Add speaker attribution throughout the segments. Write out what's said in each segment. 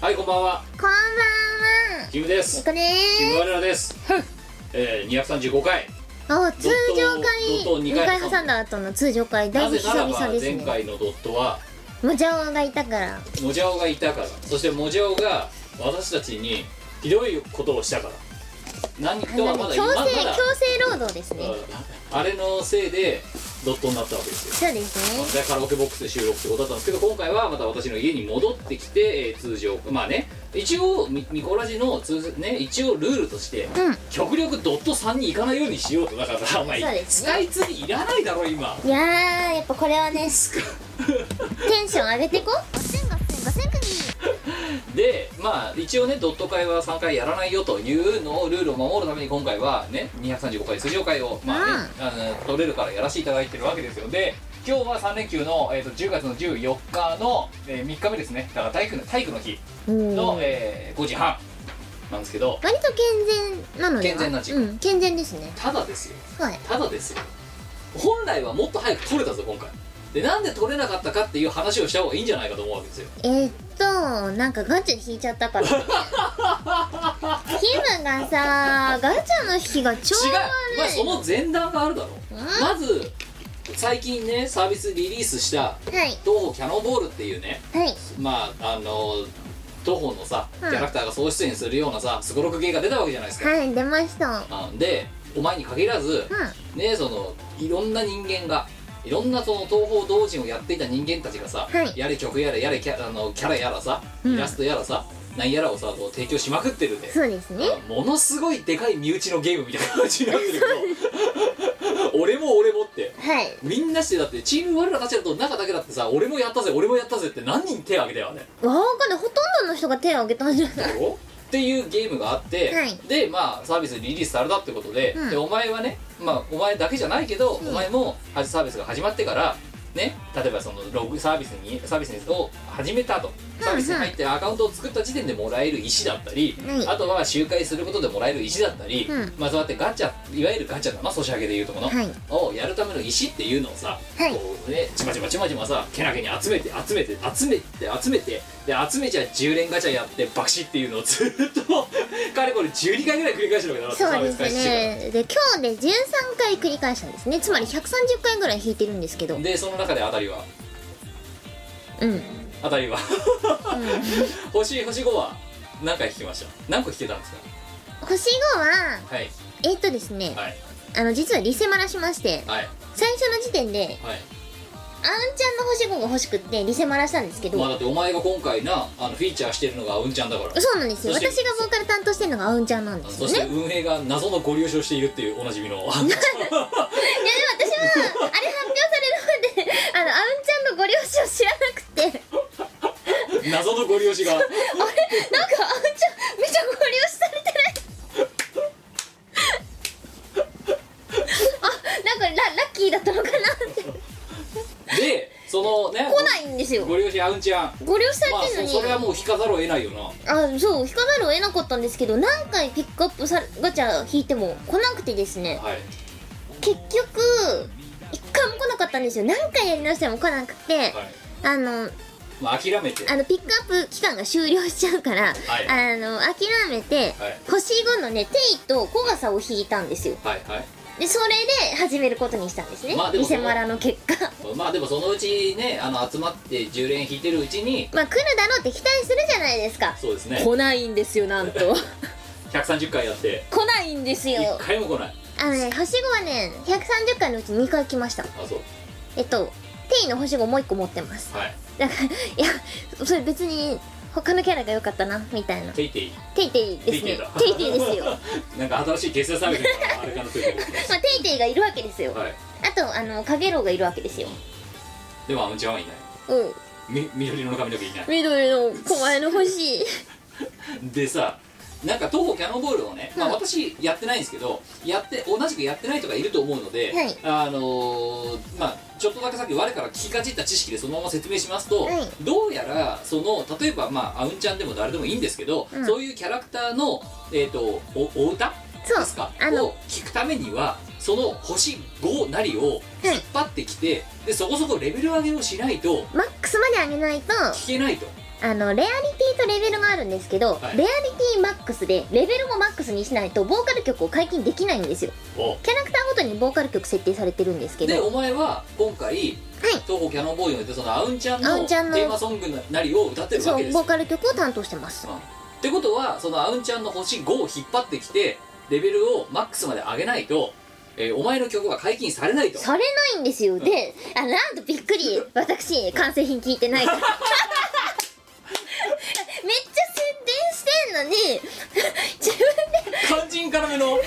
Speaker 1: はいこんばんは
Speaker 2: こんばんは。
Speaker 1: キムで
Speaker 2: ニ
Speaker 1: す
Speaker 2: コで
Speaker 1: キムワレラですえー、235回
Speaker 2: ーす。あ、通常会
Speaker 1: 怒涛
Speaker 2: 二
Speaker 1: 二回
Speaker 2: 回挟んだ後の通常会だ
Speaker 1: ない
Speaker 2: ぶ
Speaker 1: ぜなら
Speaker 2: 久
Speaker 1: ば
Speaker 2: 々です
Speaker 1: 前
Speaker 2: ね。
Speaker 1: 回のドットは
Speaker 2: もじゃおがいたから。
Speaker 1: モジャオがいたからそしてモジャオが私たちにひどいことをしたから何
Speaker 2: あ
Speaker 1: と
Speaker 2: の
Speaker 1: は
Speaker 2: ね
Speaker 1: まだ
Speaker 2: 強
Speaker 1: 今ま
Speaker 2: 制強
Speaker 1: だ
Speaker 2: 制労働ですね。
Speaker 1: うんあれのせいでドットになったわけですよ
Speaker 2: そうですね。
Speaker 1: でカラオケボックスで収録ってことだったんですけど今回はまた私の家に戻ってきて、えー通常まあね一応ミミコラジの通ね一応ルールとして
Speaker 2: うん。
Speaker 1: 極力ドット3に行かないようにしようとだからさお前、
Speaker 2: そうです
Speaker 1: ス
Speaker 2: ね
Speaker 1: カイツリーいらないだろ今
Speaker 2: いやーやっぱこれはねテンション上げてこガセンガセンガセン
Speaker 1: でまあ一応ねドット会は3回やらないよというのをルールを守るために今回はね235回通常会を、まあねあの取れるからやらせていただいてるわけですよで今日は3連休の、えー、と10月の14日の、え3日目ですねだから体育の体育の日
Speaker 2: うん
Speaker 1: の、
Speaker 2: 割
Speaker 1: えー5時半なんですけど
Speaker 2: と健全なのでは
Speaker 1: 健全な時間
Speaker 2: うん健全ですね
Speaker 1: ただですよ
Speaker 2: はい
Speaker 1: ただですよ本来はもっと早く取れたぞ今回でなんで取れなかったかっていう話をした方がいいんじゃないかと思うわけですよ
Speaker 2: えーっとなんかガチャ引いちゃったからキムがさガチャの引きが超
Speaker 1: 違う、まあ、
Speaker 2: 悪
Speaker 1: そ
Speaker 2: い
Speaker 1: の前段があるだろ
Speaker 2: ん
Speaker 1: まず最近ねサービスリリースした
Speaker 2: はい
Speaker 1: 東宝キャノンボールっていうね
Speaker 2: はい
Speaker 1: まああの東宝のさキ
Speaker 2: うん
Speaker 1: ャラクターが総出演するようなさすごろく系が出たわけじゃないですか、
Speaker 2: はい出ました
Speaker 1: あでお前に限らず
Speaker 2: うん
Speaker 1: ねそのいろんな人間がいろんなその東宝同人をやっていた人間たちがさ、
Speaker 2: はい
Speaker 1: やれ曲やれやれキャあのキャラやらさ
Speaker 2: うん
Speaker 1: イラストやらさ、なんやらをさこう提供しまくってるんで
Speaker 2: そうですね
Speaker 1: ものすごいでかい身内のゲームみたいな感じになってるけど 俺も俺もって
Speaker 2: はい
Speaker 1: みんなしてだってチーム我らたちだと中だけだってさ俺もやったぜ俺もやったぜって何人手を挙げたよね
Speaker 2: わーわかんないほとんどの人が手を挙げたんじゃない
Speaker 1: だろっていうゲームがあって、
Speaker 2: はい
Speaker 1: でまあサービスリリースされたってことで,、
Speaker 2: うん
Speaker 1: でお前はねまあお前だけじゃないけど、
Speaker 2: うん
Speaker 1: お前もはサービスが始まってからね例えばそのログサービスにサービスを始めたとサービスに入ってアカウントを作った時点でもらえる石だったり、
Speaker 2: うん
Speaker 1: あとは集会することでもらえる石だったり、
Speaker 2: うん
Speaker 1: まあそうやってガチャいわゆるガチャだなソシャゲでいうとこの、
Speaker 2: はい
Speaker 1: をやるための石っていうのをさ、
Speaker 2: はい
Speaker 1: こうねちまちまちまちまさけなげに集めて集めて集めて集めてで集めちゃ10連ガチャやって爆死っていうのをずっと かれこれ12回ぐらい繰り返してるわけだな
Speaker 2: そうです
Speaker 1: 差別化してから
Speaker 2: ねで今日で13回繰り返したんですねつまり130回ぐらい弾いてるんですけどうん
Speaker 1: でその中で当たりは
Speaker 2: うん
Speaker 1: 当たりは 星星5は何回引きました何個引けたんです
Speaker 2: 星5は
Speaker 1: かはい
Speaker 2: えっとですね
Speaker 1: はい
Speaker 2: あの実はリセマラしまして
Speaker 1: はい
Speaker 2: 最初の時点で
Speaker 1: はい
Speaker 2: あんちゃんの星5が欲しくってリセマラしたんですけど
Speaker 1: まあだってお前が今回なあのフィーチャーしてるのがうんちゃんだから
Speaker 2: そうなんですよ
Speaker 1: そ
Speaker 2: 私
Speaker 1: して
Speaker 2: がボーカル担当してるのがあうんちゃんなんです
Speaker 1: そ
Speaker 2: よ
Speaker 1: し
Speaker 2: ねい
Speaker 1: て
Speaker 2: やでも
Speaker 1: 運営が謎のご了承しているっていうおなじみの
Speaker 2: 私はあれ発表されるまであのあうんちゃんのご両親を知らなくて
Speaker 1: 謎のご了承が
Speaker 2: あれなんかあんちゃんめちゃご利用されてないあなんかララッキーだったのかなって来
Speaker 1: でそのね
Speaker 2: ないんですよ
Speaker 1: ご両親あうんちゃんま
Speaker 2: ご利用さ
Speaker 1: あ
Speaker 2: れてるの
Speaker 1: そ
Speaker 2: に、
Speaker 1: それはもう引かざるを得ないよな
Speaker 2: あそう引かざるを得なかったんですけど何回ピックアップさガチャ引いても来なくてですね
Speaker 1: はい
Speaker 2: 結局一回も来なかったんですよ何回やり直しても来なくて
Speaker 1: はい
Speaker 2: あの
Speaker 1: まあ諦めて
Speaker 2: あのピックアップ期間が終了しちゃうか
Speaker 1: はい
Speaker 2: ら、あの諦めて、
Speaker 1: はい
Speaker 2: 星5のねテイと小笠を引いたんですよ
Speaker 1: はいは
Speaker 2: でそれで始めることにしたんですね、
Speaker 1: まあで
Speaker 2: リ
Speaker 1: もそ
Speaker 2: セ
Speaker 1: の
Speaker 2: マラの結果
Speaker 1: いまあでもそのうちねあの集まって10連引いてるうちに
Speaker 2: まあ来るだろうって期待するじゃないですか
Speaker 1: そうですね
Speaker 2: 来ないんですよな んと
Speaker 1: 130回やって
Speaker 2: 来ないんですよ
Speaker 1: 1回も来ない
Speaker 2: あのね星5はね130回のうち2回来ました
Speaker 1: あそう
Speaker 2: えっとテイの星5もう1個持ってます
Speaker 1: はい
Speaker 2: だからいやそれ別に他のキャラが良かったなみたいな
Speaker 1: テイテイ
Speaker 2: テイテイですね
Speaker 1: だ
Speaker 2: テイテイ ですよ
Speaker 1: なんか新しい決済サービスのあれかなというこ
Speaker 2: まあテイテイがいるわけですよ、
Speaker 1: とはい
Speaker 2: あとあの影郎がいるわけですよ
Speaker 1: でもあうんちゃんはいない
Speaker 2: うん
Speaker 1: み緑色の髪の毛いない
Speaker 2: 緑の狛江の星
Speaker 1: でさなんか東宝キャノンボールをね、まあ、
Speaker 2: うん
Speaker 1: 私やってないんですけどやって同じくやってない人がいると思うので、
Speaker 2: はい
Speaker 1: あのーまあちょっとだけさっき我から聞きかじった知識でそのまま説明しますと、
Speaker 2: はい
Speaker 1: どうやらその例えばまああうんちゃんでも誰でもいいんですけど、
Speaker 2: うん
Speaker 1: そういうキャラクターの、えー、とおお歌
Speaker 2: そう
Speaker 1: ですか
Speaker 2: あの
Speaker 1: を聞くためにはその星5なりを
Speaker 2: は
Speaker 1: 引
Speaker 2: い
Speaker 1: っ張ってきて、でそこそこレベル上げをしないと
Speaker 2: マックスまで上げないと
Speaker 1: 聞けないと
Speaker 2: あのレアリティとレベルがあるんですけど、
Speaker 1: はい
Speaker 2: レアリティマックスでレベルもマックスにしないとボーカル曲を解禁できないんですよ
Speaker 1: お
Speaker 2: キャラクターごとにボーカル曲設定されてるんですけど
Speaker 1: で
Speaker 2: は
Speaker 1: お前は今回
Speaker 2: い
Speaker 1: 東方キャノンボーイにおいてそのアウンちゃん
Speaker 2: ア
Speaker 1: の
Speaker 2: ウン
Speaker 1: テ
Speaker 2: ちゃんの
Speaker 1: ーマソングなりを歌ってるわ
Speaker 2: そ
Speaker 1: けで
Speaker 2: う
Speaker 1: すよ
Speaker 2: ボーカル曲を担当してます
Speaker 1: うんってことはそのアウンちゃんの星5を引っ張ってきてレベルをマックスまで上げないと、えーお前の曲は解禁されないと
Speaker 2: されないんですよであなんとびっくり私完成品聞いてないから めっちゃ宣伝してんのに自分で
Speaker 1: 肝心からめの
Speaker 2: どう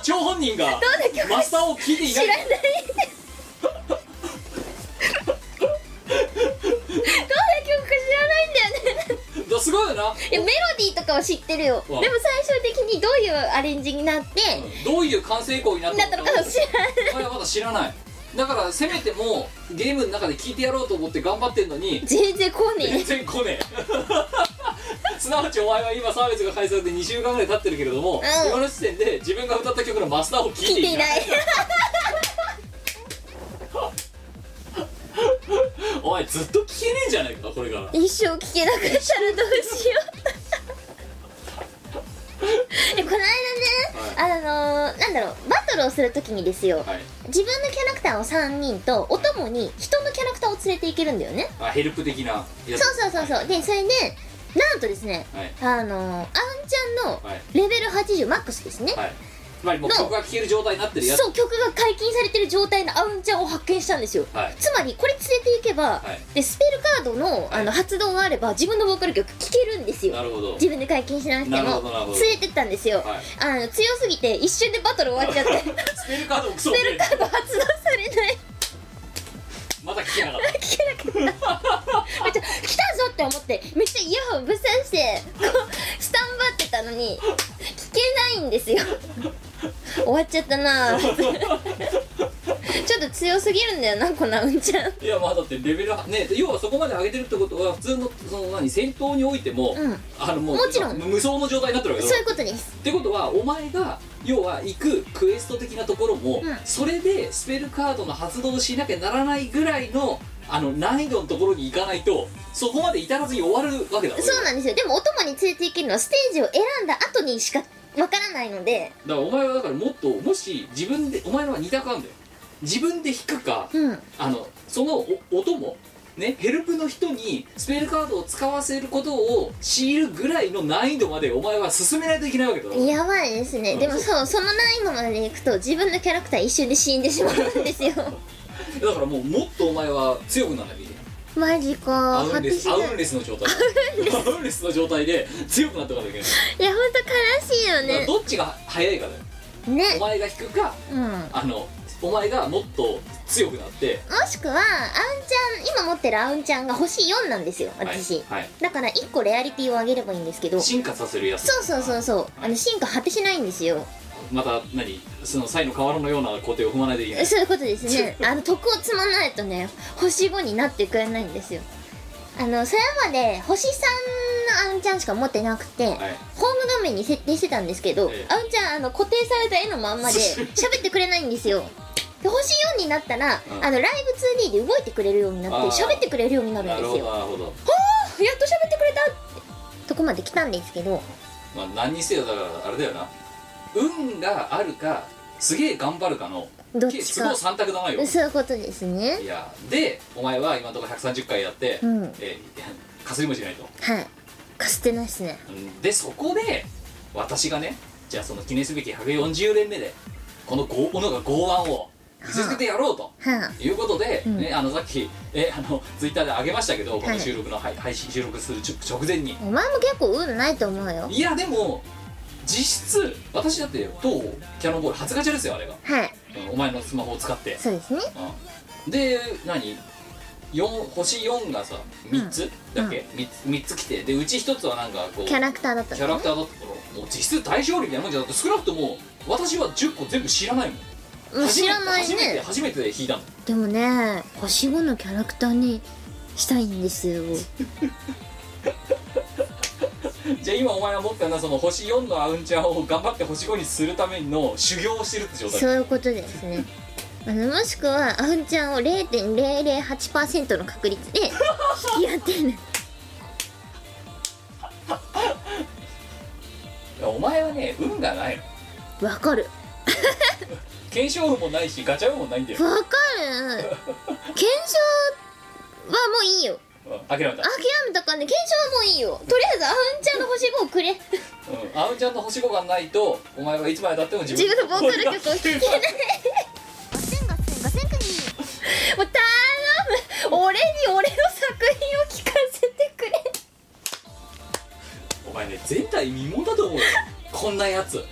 Speaker 1: 張張本人が
Speaker 2: だ曲
Speaker 1: マスターを聞いてい
Speaker 2: 知ら
Speaker 1: な
Speaker 2: ないいどんな曲か知らないんだよね
Speaker 1: だすごいよない
Speaker 2: やメロディーとかは知ってるよで
Speaker 1: う
Speaker 2: も
Speaker 1: ん
Speaker 2: 最終的にどういうアレンジになって、
Speaker 1: どういう完成功になっ
Speaker 2: な
Speaker 1: た
Speaker 2: った
Speaker 1: の
Speaker 2: の
Speaker 1: か
Speaker 2: か
Speaker 1: を
Speaker 2: も知らない
Speaker 1: お前はまだ知らないだからせめてもゲームの中で聞いてやろうと思って頑張ってんのに
Speaker 2: 全然来ね
Speaker 1: 全然来ねえ すなわちお前は今サービスが開始されて2週間ぐらい経ってるけれども、
Speaker 2: うん
Speaker 1: 今の時点で自分が歌った曲のマスターを
Speaker 2: え
Speaker 1: 聴
Speaker 2: 聞
Speaker 1: い
Speaker 2: い
Speaker 1: て
Speaker 2: て
Speaker 1: い
Speaker 2: い
Speaker 1: ない
Speaker 2: ない
Speaker 1: お前ずっと聴けねえんじゃないかこれから
Speaker 2: 一生聞けなくなったらどう しようでこの間ね、あのーなんだろうバトルをするときにですよ
Speaker 1: はい
Speaker 2: 自分のキャラクターを3人とお供に人のキャラクターを連れていけるんだよね
Speaker 1: あヘルプ的なやつ
Speaker 2: そうそうそうそうでそれでなんとですね
Speaker 1: はい
Speaker 2: あのーあんちゃんの
Speaker 1: はい
Speaker 2: レベル80マックスですね、
Speaker 1: はいつまりもう曲が聴ける状態になってるやつ
Speaker 2: そう曲が解禁されてる状態のあうんちゃんを発見したんですよ
Speaker 1: はい
Speaker 2: つまりこれ連れていけば、
Speaker 1: はい
Speaker 2: でスペルカードのあの発動があれば自分のボーカル曲聴けるんですよ
Speaker 1: なるほど
Speaker 2: 自分で解禁しなくて
Speaker 1: なるほど
Speaker 2: も
Speaker 1: なるほど
Speaker 2: 連れてったんですよ、
Speaker 1: はい
Speaker 2: あの強すぎて一瞬でバトル終わっちゃって ス
Speaker 1: スペルカードもクソも
Speaker 2: ペ
Speaker 1: ね
Speaker 2: ルカード発動されない
Speaker 1: また聴けなかった
Speaker 2: 聞けなくなっためっちゃ来たぞって思ってめっちゃイヤホンぶっ刺してこうスタンバってたのに聞けないんですよ終わっちゃった なぁちょっと強すぎるんだよなこのうんちゃん
Speaker 1: いやまあだってレベルはね要はそこまで上げてるってことは普通のその何戦闘においても、
Speaker 2: うん
Speaker 1: あのもう
Speaker 2: もちろん
Speaker 1: 無双の状態になってるわけだ
Speaker 2: そういうことです
Speaker 1: ってことはお前が要は行くクエスト的なところも、
Speaker 2: うん
Speaker 1: それでスペルカードの発動をしなきゃならないぐらいのあの難易度のところに行かないとそこまで至らずに終わるわけだ
Speaker 2: そうなんですよでもお供に連れていけるのはステージを選んだ後にしかわからないので
Speaker 1: だからお前はだからもっともし自分でお前のは二択あんだよ自分で弾くか、
Speaker 2: うん
Speaker 1: あのそのお音もねヘルプの人にスペルカードを使わせることを強いるぐらいの難易度までお前は進めないといけないわけだろ
Speaker 2: やばいですねでもそうその難易度までいくと自分のキャラクター一瞬で死んでしまうんです よ
Speaker 1: だからもうもっとお前は強くならなきゃいけない
Speaker 2: マジか
Speaker 1: アウン
Speaker 2: 果
Speaker 1: レ
Speaker 2: て
Speaker 1: ス
Speaker 2: し
Speaker 1: ア
Speaker 2: ない
Speaker 1: ウンレスの状態アウンレスの状態で強くなっていかなきゃいけない
Speaker 2: いやほんと悲しいよ
Speaker 1: だから
Speaker 2: ね
Speaker 1: どっちが早いかだよお
Speaker 2: ね
Speaker 1: 前が引くか
Speaker 2: うん
Speaker 1: あのお前がもっと強くなって
Speaker 2: もしくはあうんちゃん今持ってるあうんちゃんが星4なんですよ私、
Speaker 1: はいはい
Speaker 2: だから1個レアリティを上げればいいんですけどそう
Speaker 1: 進化させるやつ
Speaker 2: そうそうそうあの進化果てしないんですよ
Speaker 1: また何そのサイの河原のような工程を踏まないといけない
Speaker 2: そういうこと ですねあの徳を積まないとね星5になってくれないんですよあのそれまで星3のあうんちゃんしか持ってなくて、ホーム画面に設定してたんですけど、
Speaker 1: ええ
Speaker 2: あうんちゃんあの固定された絵のまんま で喋ってくれないんですよで星4になったら、
Speaker 1: うん
Speaker 2: あのライブ 2D で動いてくれるようになって
Speaker 1: あー
Speaker 2: 喋ってくれるようになるん
Speaker 1: な
Speaker 2: で
Speaker 1: る
Speaker 2: す
Speaker 1: ほど
Speaker 2: よ
Speaker 1: なるほど
Speaker 2: やっと喋ってくれたってとこまで来たんですけど
Speaker 1: まあ何にせよだからあれだよな運があるかすげえ頑張るかの
Speaker 2: どっちか
Speaker 1: けすごい三択だなよ
Speaker 2: そういうことですね
Speaker 1: いやでお前は今のところ130回やって、
Speaker 2: うん
Speaker 1: えーかすりもしないと
Speaker 2: はいかすってないっすね
Speaker 1: でそこで私がねじゃあその記念すべき140連目でこのご斧が剛腕を見せつけてやろうと
Speaker 2: はい、
Speaker 1: いうことで、
Speaker 2: うん
Speaker 1: ね、あのさっきえあのツイッターで上げましたけどこ
Speaker 2: は
Speaker 1: の
Speaker 2: い
Speaker 1: 収録の、はい、配信収録する直直前に
Speaker 2: お前も結構運ないと思うよ
Speaker 1: いやでも実質私だって当キャノンボール初ガチャですよあれが、
Speaker 2: はい
Speaker 1: うんお前のスマホを使って、
Speaker 2: そうですね
Speaker 1: うんで何四星4がさ3つだっけ、三つ三つ来てでうち1つはなんかこう
Speaker 2: キャラクターだった
Speaker 1: キャラクターだったからもう実質大勝利みたいなもんじゃなくて少なくとも私は10個全部知らないもん
Speaker 2: もう知らない
Speaker 1: 初めて
Speaker 2: ね
Speaker 1: 初めて引いたの
Speaker 2: でもね星5のキャラクターにしたいんですよ
Speaker 1: じゃあ今お前は持ったなその星4のアウンチャーを頑張って星5にするための修行をしてるって状態
Speaker 2: そういうことですねあのもしくはあんちゃんを0.008%の確率で引き当てる
Speaker 1: がないの
Speaker 2: わかる
Speaker 1: 検証部もないしガチャ部もないんだよ
Speaker 2: わかる検証はもういいよ
Speaker 1: うん諦めた
Speaker 2: 諦めたからね検証はもういいよとりあえずあうんちゃんの星5をくれ
Speaker 1: うんあうちゃんの星5がないとお前はいつまでたっても自
Speaker 2: 自分のボーカル曲を聴けな
Speaker 1: な
Speaker 2: い
Speaker 1: い
Speaker 2: ガセンガセンガセンクニーもう頼む俺に俺の作品を聴かせてくれ
Speaker 1: お前ね前代未聞だと思うよこんなやつ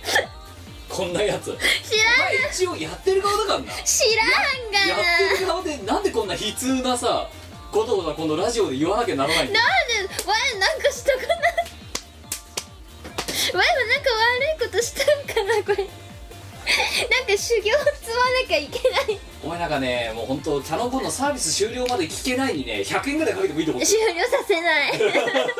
Speaker 1: こんなやつ
Speaker 2: 知
Speaker 1: お前一応やってる側だからな
Speaker 2: らん知らん
Speaker 1: や
Speaker 2: がな
Speaker 1: ってる側でなんでこんな悲痛なさことをさこのラジオで言わなきゃならないんだよ
Speaker 2: なんで前なんかしたかな前はなんか悪いことしたんかなこれなんか修行を積まなきゃいけない
Speaker 1: お前なんかねもう本当キャノンコンのサービス終了まで聞けないにね100円ぐらいかけてもいいと思う
Speaker 2: 終了させない絶対させ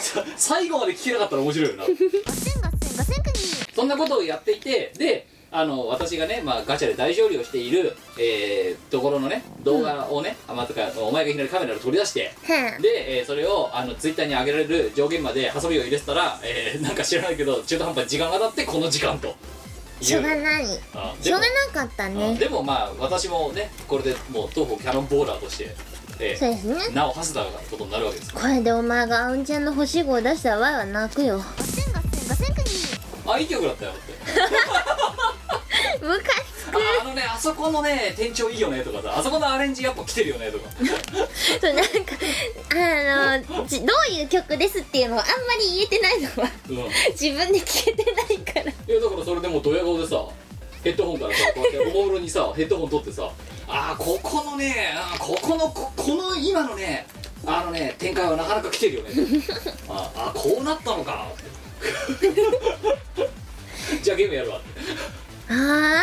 Speaker 1: さ最後まで聞けなかったら面白いよな
Speaker 2: ないガセンガセンガセンクニー
Speaker 1: そんなことをやっていてであの私がね、まあ、ガチャで大勝利をしている、えーところのね動画をね、あまあとかお前がいきなりカメラで取り出して
Speaker 2: へ
Speaker 1: で、えーそれをあのツイッターに上げられる上限までハサミを入れてたら、えーなんか知らないけど中途半端に時間が経ってこの時間と
Speaker 2: んしょうがないし
Speaker 1: あでも
Speaker 2: ょうがなかった
Speaker 1: あ
Speaker 2: ね
Speaker 1: でもまあ私もねこれでもう東方キャノンボーラーとして、え
Speaker 2: そうですね
Speaker 1: ー、名を馳せたことになるわけです
Speaker 2: これでお前があうんちゃんの星5を出したらワイは泣くよガセンガセンガセンクニ ー
Speaker 1: あいい曲だったよって
Speaker 2: ムカ
Speaker 1: ああの ねあそこのね店長いいよねとかさあそこのアレンジやっぱ来てるよねとか
Speaker 2: つくなんかあのじどういう曲ですっていうのはあんまり言えてないのは
Speaker 1: うんいや
Speaker 2: 自分で聞けてないから
Speaker 1: だからそれでもうドヤ顔でさヘッドホンからさこうやっておもむろにさヘッドホン取ってさああここのねあーここのここの今のねあのね展開はなかなか来て るよねあーあーこうなったのか じゃあゲームやるわ
Speaker 2: あ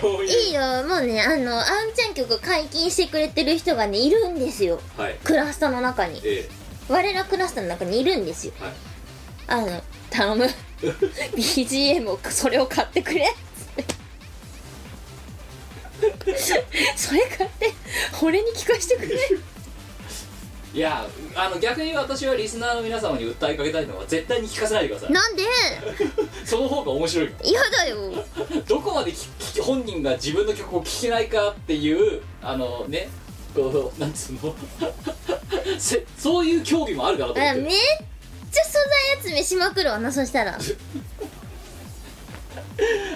Speaker 1: そう
Speaker 2: あ
Speaker 1: いう
Speaker 2: いいよもうねあのあんちゃん曲解禁してくれてる人がねいるんですよ
Speaker 1: はい
Speaker 2: クラスターの中に
Speaker 1: え
Speaker 2: 我らクラスターの中にいるんですよ
Speaker 1: えはい
Speaker 2: あの頼 む BGM をそれを買ってくれそれ買って俺に聞かせてくれ
Speaker 1: いやあの逆に私はリスナーの皆様に訴えかけたいのは絶対に聞かせないでください
Speaker 2: なんで
Speaker 1: その方が面白いか
Speaker 2: 嫌だよ
Speaker 1: らどこまで聞き本人が自分の曲を聴けないかっていうあのねこうなんつうの せそういう競技もあるからと思
Speaker 2: あ
Speaker 1: っ
Speaker 2: めってちゃ素材集めしまくるわなそしたら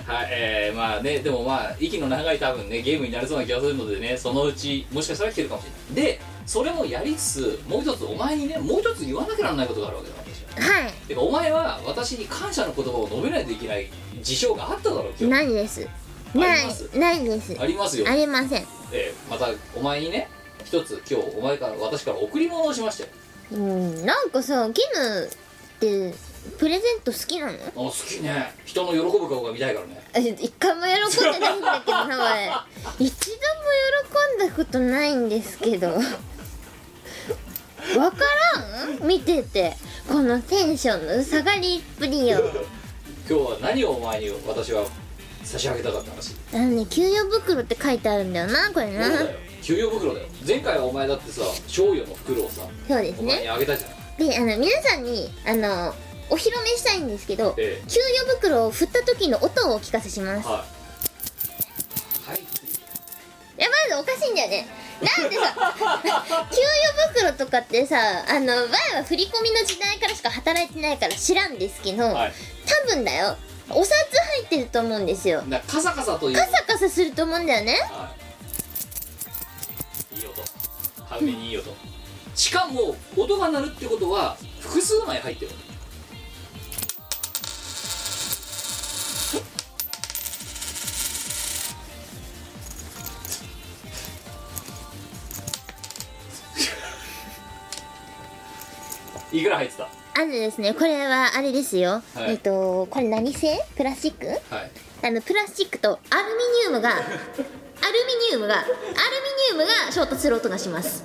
Speaker 1: はいえー、まあねでもまあ息の長い多分ねゲームになりそうな気がするのでねそのうちもしかしたら来てるかもしれないでそれもやりつつもう一つお前にねもう一つ言わなきゃならないことがあるわけだ私は
Speaker 2: はい
Speaker 1: てかお前は私に感謝の言葉を述べないといけない事象があっただろう今日
Speaker 2: ないで
Speaker 1: り
Speaker 2: すな
Speaker 1: ます
Speaker 2: いないです
Speaker 1: ありますよ
Speaker 2: あ、りません
Speaker 1: えーまたお前にね一つ今日お前から私から贈り物をしましたよ
Speaker 2: うんなんかさキムってプレゼント好きな
Speaker 1: あ
Speaker 2: の
Speaker 1: 好きね人の喜ぶ顔が見たいからね
Speaker 2: あ一回も喜んでないんだけどな俺 一度も喜んだことないんです けどわからん見ててこのテンションの下がりっぷりよ
Speaker 1: 今日は何をお前に私は差し上げたかった話
Speaker 2: あのね給与袋って書いてあるんだよなこれ
Speaker 1: そう
Speaker 2: な
Speaker 1: だよ給与袋だよ前回はお前だってさ醤油の袋をさ
Speaker 2: そうです
Speaker 1: お前に
Speaker 2: ね
Speaker 1: あげたじゃない
Speaker 2: であの皆さんにあのお披露目したいんですけど給
Speaker 1: ええ
Speaker 2: 与袋を振った時の音をお聞かせします
Speaker 1: はいはい
Speaker 2: いやまずおかしいんだよねなんでさ 給与袋とかってさあの前は振り込みの時代からしか働いてないから知らんですけど、
Speaker 1: はい
Speaker 2: 多分だよお札入ってると思うんですよ
Speaker 1: なカサカサという
Speaker 2: カサカサすると思うんだよね
Speaker 1: はい、いい音早めにいい音しかも音が鳴るってことは複数枚入ってるいくら入ってた
Speaker 2: あのですねこれはあれですよ、
Speaker 1: はい
Speaker 2: えっとこれ何製プラスチック
Speaker 1: はい
Speaker 2: あのプラスチックとアルミニウムがアルミニウムがアルミニウムが衝突する音がします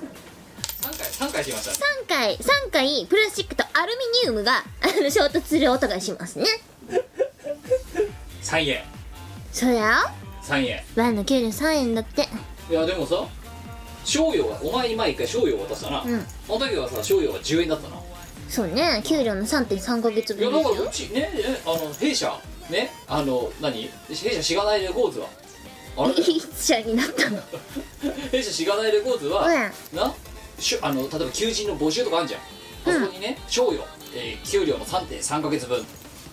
Speaker 1: 3回三回しましたね
Speaker 2: 3回3回プラスチックとアルミニウムがあの衝突する音がしますね
Speaker 1: 3円
Speaker 2: そりゃあ
Speaker 1: 3円
Speaker 2: ワンの93円だって
Speaker 1: いやでもさ賞与はお前に前一回賞与を渡したな、
Speaker 2: うん
Speaker 1: あの時はさ賞与は10円だったな
Speaker 3: そうね給料の3.3ヶ月
Speaker 1: いや
Speaker 3: 分
Speaker 1: だ
Speaker 3: で
Speaker 1: からう
Speaker 3: す
Speaker 1: ちねえあの弊社ねあの何弊社しがないレコーズはあ
Speaker 3: よ
Speaker 1: れ
Speaker 3: いい社になったの
Speaker 1: 弊社しがないレコーズは、
Speaker 3: う
Speaker 1: なしゅあの例えば求人の募集とかあるじゃんあそこにね「賞、与、えー給料の3.3ヶ月分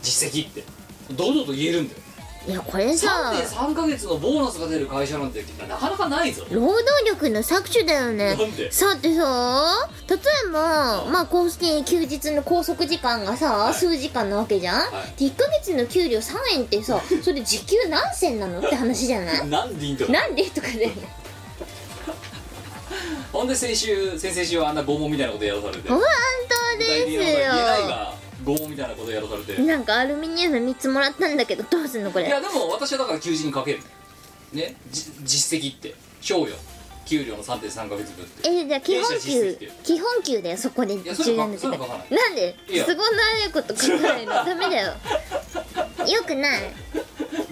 Speaker 1: 実績」って堂々と言えるんだよ
Speaker 3: んいやこれさ
Speaker 1: 3.3ヶ月のボーナスが出る会社なんてなかなかないぞ
Speaker 3: 労働力の搾取だよね
Speaker 1: なんで
Speaker 3: さてさ例えばまあこうして休日の拘束時間がさ、
Speaker 1: い
Speaker 3: 数時間なわけじゃん、
Speaker 1: はい
Speaker 3: で1ヶ月の給料3円ってさそれ時給何銭なのって話じゃない
Speaker 1: なんでいいんだろう
Speaker 3: なんでとかで
Speaker 1: ほんで先週先々週はあんな拷問みたいなことやらされて
Speaker 3: 本当
Speaker 1: 代理の言えない
Speaker 3: で
Speaker 1: が拷問みたいなことやらされて
Speaker 3: すよなんかアルミニウム3つもらったんだけどどうすんのこ
Speaker 1: い
Speaker 3: れ
Speaker 1: やでも私はだから求人かけるねじ実績って賞与給料の3.3ヶ月分って
Speaker 3: えじゃあ基本
Speaker 1: 弊社実績
Speaker 3: 給
Speaker 1: って
Speaker 3: 基本給だよそこで
Speaker 1: やそれ
Speaker 3: な
Speaker 1: は
Speaker 3: んだけ
Speaker 1: それ
Speaker 3: ど
Speaker 1: は書かない
Speaker 3: なんで
Speaker 1: いや
Speaker 3: 都合の悪いこと考えるのダメだよよくない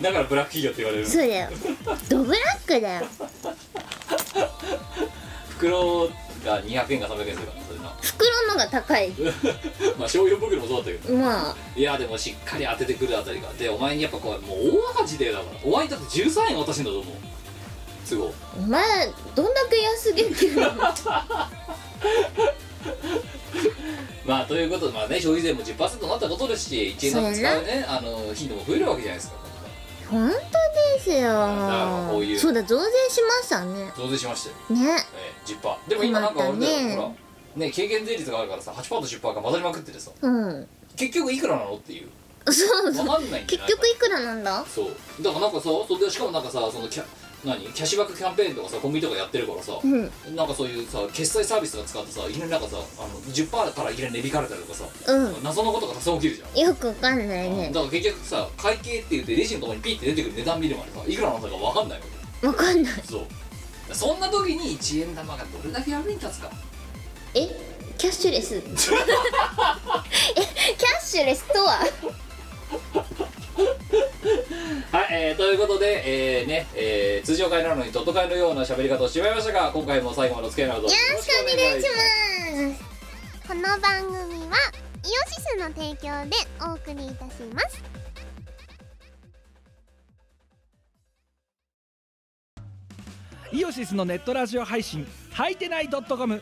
Speaker 1: だからブラック企業って言われる
Speaker 3: そうだよドブラックだよ
Speaker 1: 袋が200円か300円するからなそれな
Speaker 3: 袋のが高い
Speaker 1: まあ賞与袋もそうだったけど
Speaker 3: まあ
Speaker 1: いやでもしっかり当ててくるあたりがでお前にやっぱこうもう大赤字でだからお前にだって13円渡してんだと思う都合
Speaker 3: お前どんだけ安月給なの
Speaker 1: まあということでまあね消費税も10%になったことですし1円なんか使うねあの頻度も増えるわけじゃないですか
Speaker 3: 本当です
Speaker 1: からこういう
Speaker 3: よそうだ増税しましたね
Speaker 1: 増税しましたよ、
Speaker 3: ね
Speaker 1: えー、10%でも今なんか俺
Speaker 3: 困った
Speaker 1: ね
Speaker 3: ね
Speaker 1: ほらね軽減税率があるからさ8%と10%が混ざりまくっててさ
Speaker 3: うん
Speaker 1: 結局いくらなのっていう
Speaker 3: そう
Speaker 1: わ
Speaker 3: そう
Speaker 1: かんないんだよ
Speaker 3: 結局いくらなんだ
Speaker 1: そうだからなんかさそれでしかもなんかさそのキャ何キャッシュバックキャンペーンとかさコンビニとかやってるからさ、
Speaker 3: うん
Speaker 1: なんかそういうさ決済サービスとか使ってさいきなりなんかさあの10%からいきなり値引かれたりとかさ、
Speaker 3: う
Speaker 1: 謎のことがたくさん起きるじゃん、
Speaker 3: んよくわかんないね
Speaker 1: だから結局さ会計って言ってレジのところにピッて出てくる値段見るまでさいくらなんだか分かんないわけ
Speaker 3: わかんない
Speaker 1: そうそんな時に1円玉がどれだけ役に立つか
Speaker 3: えキャッシュレスえキャッシュレスとは
Speaker 1: はい、えーということで、えーねえー通常会なのにドット会のような喋り方をしてまいましたが今回も最後までお付き合いのほどよ
Speaker 3: よろしくお願いします
Speaker 2: この番組はイオシスの提供でお送りいたします
Speaker 4: イオシスのネットラジオ配信「はいてない .com」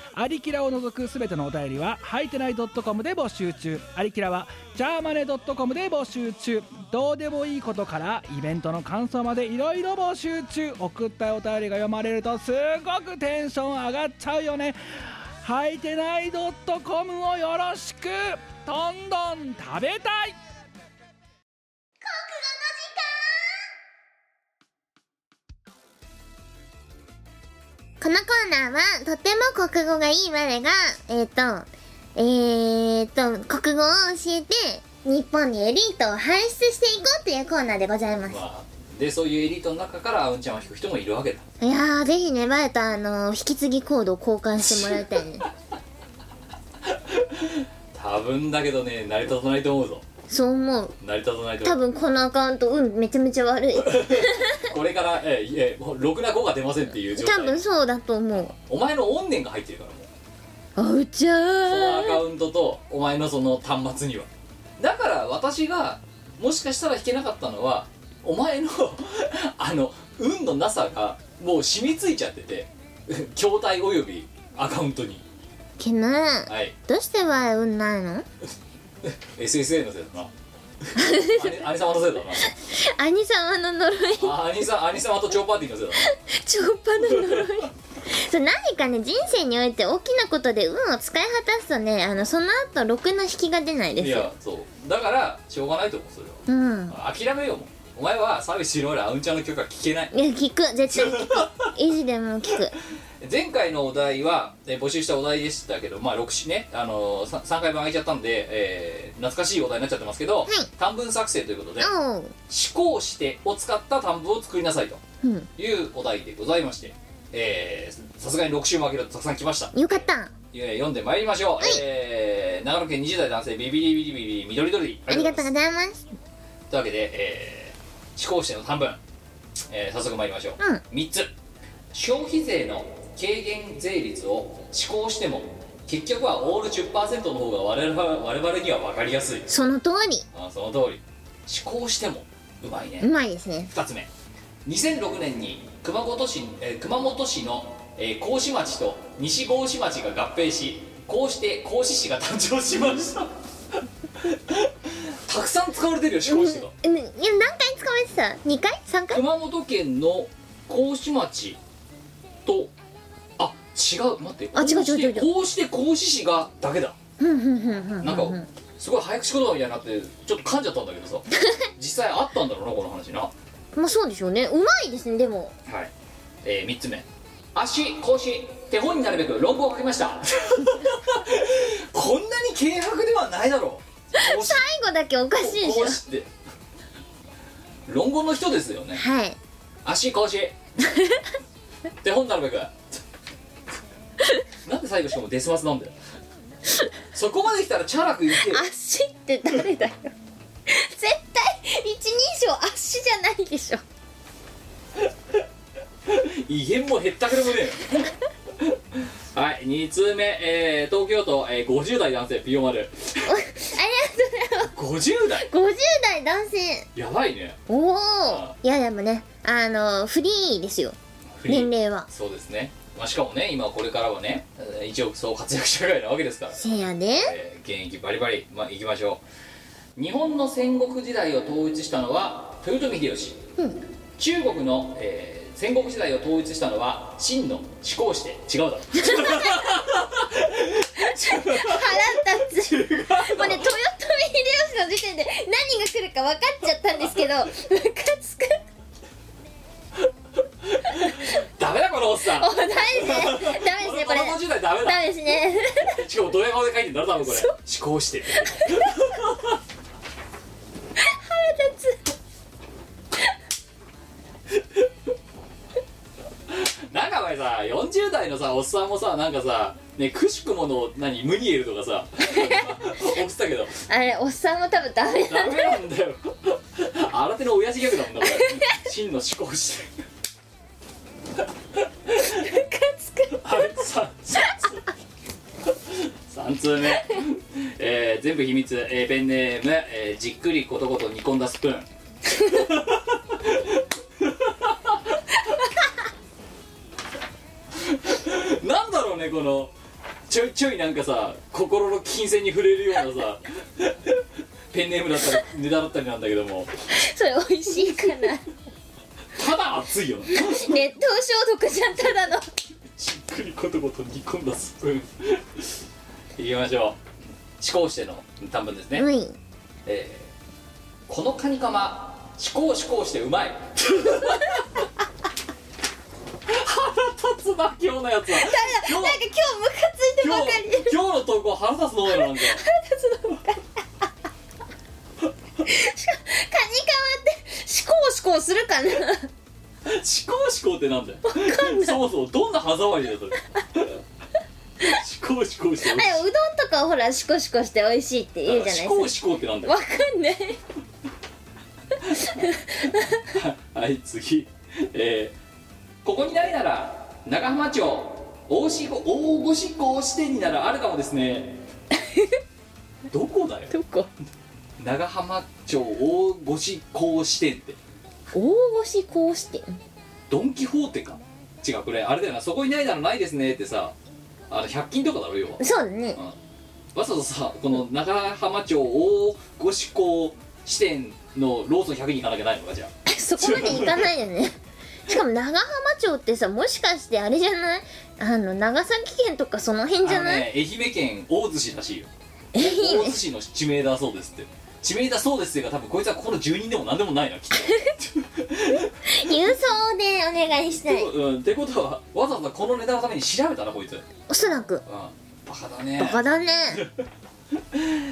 Speaker 4: アリキラを除くすべてのお便りははいてない .com で募集中アリキラはジャーマネ .com で募集中どうでもいいことからイベントの感想までいろいろ募集中送ったお便りが読まれるとすごくテンション上がっちゃうよねはいてない .com をよろしくどんどん食べたい
Speaker 2: このコーナーはとても国語がいい我がえっ、とえー、と国語を教えて日本にエリートを輩出していこうというコーナーでございます
Speaker 1: まあでそういうエリートの中からうんちゃんを引く人もいるわけだ
Speaker 2: いやーぜひねバレたあの引き継ぎコードを交換してもらいたいね
Speaker 1: 多分だけどね成り立たないと思うぞ
Speaker 2: そう思う
Speaker 1: 成り立たないと思
Speaker 2: 多
Speaker 1: う
Speaker 2: 分このアカウント運めちゃめちゃ悪い
Speaker 1: これからえーえーもうろくな子が出ませんっていう状
Speaker 2: 多分
Speaker 1: 態
Speaker 2: そうだと思う
Speaker 1: お前の怨念が入ってるからもう
Speaker 2: あうちゃ
Speaker 1: そのア
Speaker 2: ー
Speaker 1: カウントとお前のその端末にはだから私がもしかしたら弾けなかったのはお前の あの運のなさがもう染みついちゃってて筐体およびアカウントに
Speaker 2: けな
Speaker 1: はい
Speaker 2: どうしては運ないの
Speaker 1: SSA のせいだな兄 兄様のせいだ
Speaker 2: 兄様の呪い
Speaker 1: なあ兄さん兄様と超パーティーのせいだな
Speaker 2: 超っぱの呪いそう何かね人生において大きなことで運を使い果たすとねあのその後ろくな引きが出ないで
Speaker 1: い
Speaker 2: すよ
Speaker 1: やそうだからしょうがないと思うそれは
Speaker 2: うんい
Speaker 1: 諦めようもうお 前はサービスしろよりあうんちゃんの曲は聞けない
Speaker 2: や聞く絶対聞く意地でも聞く
Speaker 1: 前回のお題は、えー募集したお題でしたけど、まあ、6しね、あのー、さ 3, 回分上げちゃったんで、えー懐かしいお題になっちゃってますけど、短文作成ということで「思
Speaker 2: おう
Speaker 1: 考して」を使った短文を作りなさいというお題でございまして、えーさすがに6週も上げるとたくさん来ました
Speaker 2: よかった
Speaker 1: えー読んでまいりましょう、えー長野県20代男性ビビリビリビリ緑鳥
Speaker 2: ありがとう
Speaker 1: いま
Speaker 2: ございます
Speaker 1: すというわけで、えー、思考しての短文、えー早速まいりましょう、
Speaker 2: うん
Speaker 1: 3つ消費税の軽減税率を施行しても結局はオール10%の方が我々は我々には分かりやすい
Speaker 2: その通り
Speaker 1: あその通り施行してもうまいね、
Speaker 2: うまいですね
Speaker 1: 2つ目2006年に熊本市,、えー熊本市の、えー甲子町と西甲子町が合併しこうして甲子市が誕生しました たくさん使われてるよ
Speaker 2: うん
Speaker 1: 甲子
Speaker 2: うんい
Speaker 1: 市が
Speaker 2: や何回使われてた2回 ?3 回
Speaker 1: 熊本県の甲子町とあ違う待って
Speaker 2: あ違う違う違う違う
Speaker 1: こうしてこうして甲子市がだけだ
Speaker 2: うんうんうんうん
Speaker 1: なんかすごい早口言葉みたいになってちょっと噛んじゃったんだけどさ 実際あったんだろうなこの話な
Speaker 2: まあそうでしょうねうまいですねでも
Speaker 1: はい、え3つ目足腰手本になるべく論文を書きましたこんなに軽薄ではないだろう 腰
Speaker 2: 最後だけおかしいでしょ
Speaker 1: 腰って論語の人ですよね
Speaker 2: はい
Speaker 1: 足 腰手本になるべくなんで最後しかもデスマスなんだよそこまで来たらチャラく言ってよ
Speaker 3: 足って誰だよ絶対一人称足じゃないでしょ
Speaker 1: 威厳もへったくれもねえよはい2通目、えー東京都、えー50代男性ピヨマル
Speaker 2: おありがとう
Speaker 1: 50代
Speaker 2: ございます50代男性
Speaker 1: やばいね
Speaker 2: おお
Speaker 1: あ
Speaker 2: いやでもねあのフリーですよ
Speaker 1: フリー
Speaker 2: 年齢は
Speaker 1: そうですね、まあ、しかもね今これからはねえー一応そう活躍社会なわけですから、
Speaker 2: せやで
Speaker 1: えー現役バリバリ、まあ、いきましょう日本の戦国時代を統一したのは豊臣秀吉、中国の、えー戦国時代を統一したのは秦の始皇して違うだろ
Speaker 3: 腹立つもうね豊臣秀吉の時点で何が来るか分かっちゃったんですけどムカつく
Speaker 1: ダメだこのおっさん
Speaker 3: おダメですねダメですねこ
Speaker 1: こ
Speaker 3: れ
Speaker 1: の時代ダメだ
Speaker 3: ダメですね
Speaker 1: しかもドヤ顔で書いてんだろ多分これ始皇して
Speaker 3: 腹立つ
Speaker 1: なんかお前さ40代のさおっさんもさなんかさねくしくもの何ムニエルとか さ送ってたけど
Speaker 3: あれおっさんも多分ダメ
Speaker 1: ダメなんだよ新手の親父ギャグだもんなこれ真の思考してムカつくはい3通目、えー全部秘密、えーペンネーム、えーじっくりことこと煮込んだスプーンなんだろうねこのちょいちょいなんかさ心の金銭に触れるようなさペンネームだったり値段だったりなんだけども
Speaker 3: それ美味しいかな
Speaker 1: ただ熱いよね
Speaker 3: 熱湯消毒じゃんただの
Speaker 1: しっくりことこと煮込んだスプ ーンいきましょう思考しての短文ですね、
Speaker 2: うん
Speaker 1: えーこのカニカマ思考思考してうまい腹立つな今日のやつは今日
Speaker 3: なんか今日ムカついてば
Speaker 1: 今
Speaker 3: かり
Speaker 1: 日今日の投稿腹立つの多いななん か
Speaker 3: カニカマってシコーシコーするかな
Speaker 1: 思考思考ってなんだよそもそもどんな歯触りだよそれ思考思考してうまい
Speaker 3: あうどんとかほらシコシコして美味しいって言うじゃないですか
Speaker 1: 思考思考ってなんだよ
Speaker 3: わかんない
Speaker 1: はい次えーここにないなら長浜町大しご大御志向支店にならあるかもですねどこだよ
Speaker 3: どこ
Speaker 1: 長浜町大御志向支店って
Speaker 3: 大腰こうして
Speaker 1: ドン・キホーテか違うこれあれだよなそこにないならないですねってさあの100均とかだろ要は
Speaker 2: そうだね
Speaker 1: わざわざさこの長浜町大御志向支店のローソン100に行かなきゃないのかじゃあ
Speaker 2: そこまでいかないよねしかも長浜町ってさもしかしてあれじゃないあの長崎県とかその辺じゃない、
Speaker 1: あのね、愛媛県大津市らしいよ
Speaker 2: 愛媛
Speaker 1: 大津市の地名だそうですって地名だそうですっていうか多分こいつはここの住人でも何でもないなきっと
Speaker 2: 郵送でお願い したい
Speaker 1: うん、ってことはわざわざこのネタのために調べたなこいつ、うん、
Speaker 2: おそらく
Speaker 1: バカだね
Speaker 2: バ カだね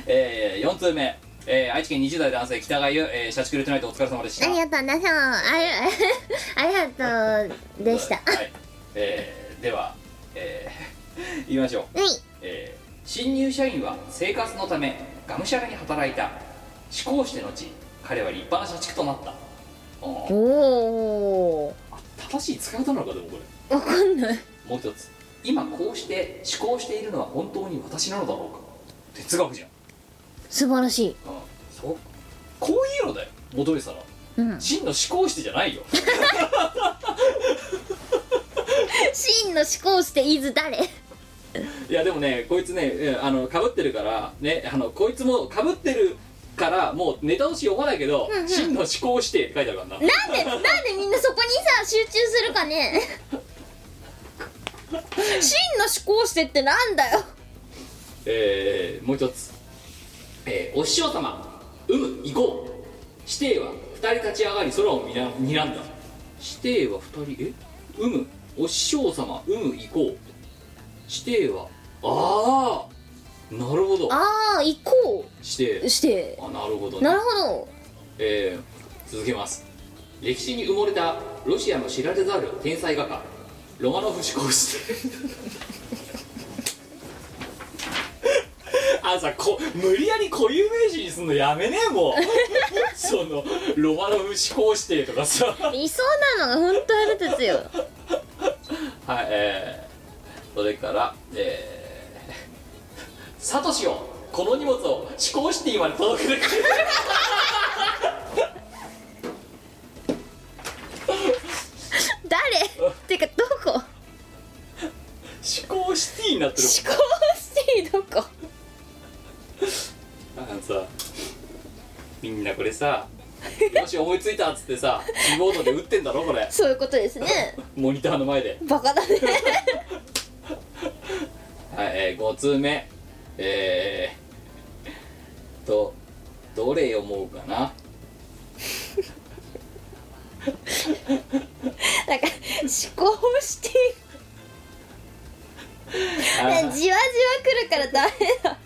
Speaker 1: えー、4通目、えー愛知県20代男性北川優、えー、社畜ルートナイトお疲れ様でした
Speaker 2: あり がとうなさんありありがとうでしたは
Speaker 1: はいえーでは、えー、 言いましょう、
Speaker 2: い
Speaker 1: えー新入社員は生活のためがむしゃらに働いた志向して後彼は立派な社畜となったあー
Speaker 3: おお
Speaker 1: 正しい使い方なのかでもこれ
Speaker 3: わかんない
Speaker 1: もう一つ今こうして思考しているのは本当に私なのだろうか哲学じゃん、
Speaker 3: 素晴らしい
Speaker 1: うん、そうこういうのだよ戻りさら、
Speaker 3: うん
Speaker 1: 真の思考してじゃないよ
Speaker 3: 真の思考していず誰
Speaker 1: いやでもねこいつねうんあのかぶってるからねあのこいつもかぶってるからもうネタをし読まないけど「真の思考して」って書いてあるから
Speaker 3: な
Speaker 1: な
Speaker 3: んでなんでみんなそこにさ集中するかね真の思考してってなんだよ
Speaker 1: えーもう一つ、えーお師匠様うむ行こう師弟は二人立ち上がり空を見な睨んだ師弟は二人えうむお師匠様うむ行こう師弟はああなるほど
Speaker 3: ああ行こ
Speaker 1: 師弟
Speaker 3: うして
Speaker 1: あなるほどね
Speaker 3: なるほ
Speaker 1: えー続けます歴史に埋もれたロシアの知られざる天才画家ロマノフ思考して あのさこ無理やり固有名詞にすんのやめねえもう そのロマノフ思考してとかさ
Speaker 3: どいそうなのが本当あるですよ
Speaker 1: はいえー、それからえー、サトシをこの荷物を思考して今まで届けてくれ
Speaker 3: 誰ってかどこ思
Speaker 1: 思考シティになって
Speaker 3: 考
Speaker 1: る
Speaker 3: してどこ
Speaker 1: あのさみんなこれさ「よし思いついた」っつってさキーボードで打ってんだろこれ
Speaker 3: そういうことですね
Speaker 1: モニターの前で
Speaker 3: バカだね
Speaker 1: はい、えー、5通目えー、とどれ読もうかな
Speaker 3: なんか思考して
Speaker 1: あ
Speaker 3: じ
Speaker 1: ー
Speaker 3: わじわ来るからダメだ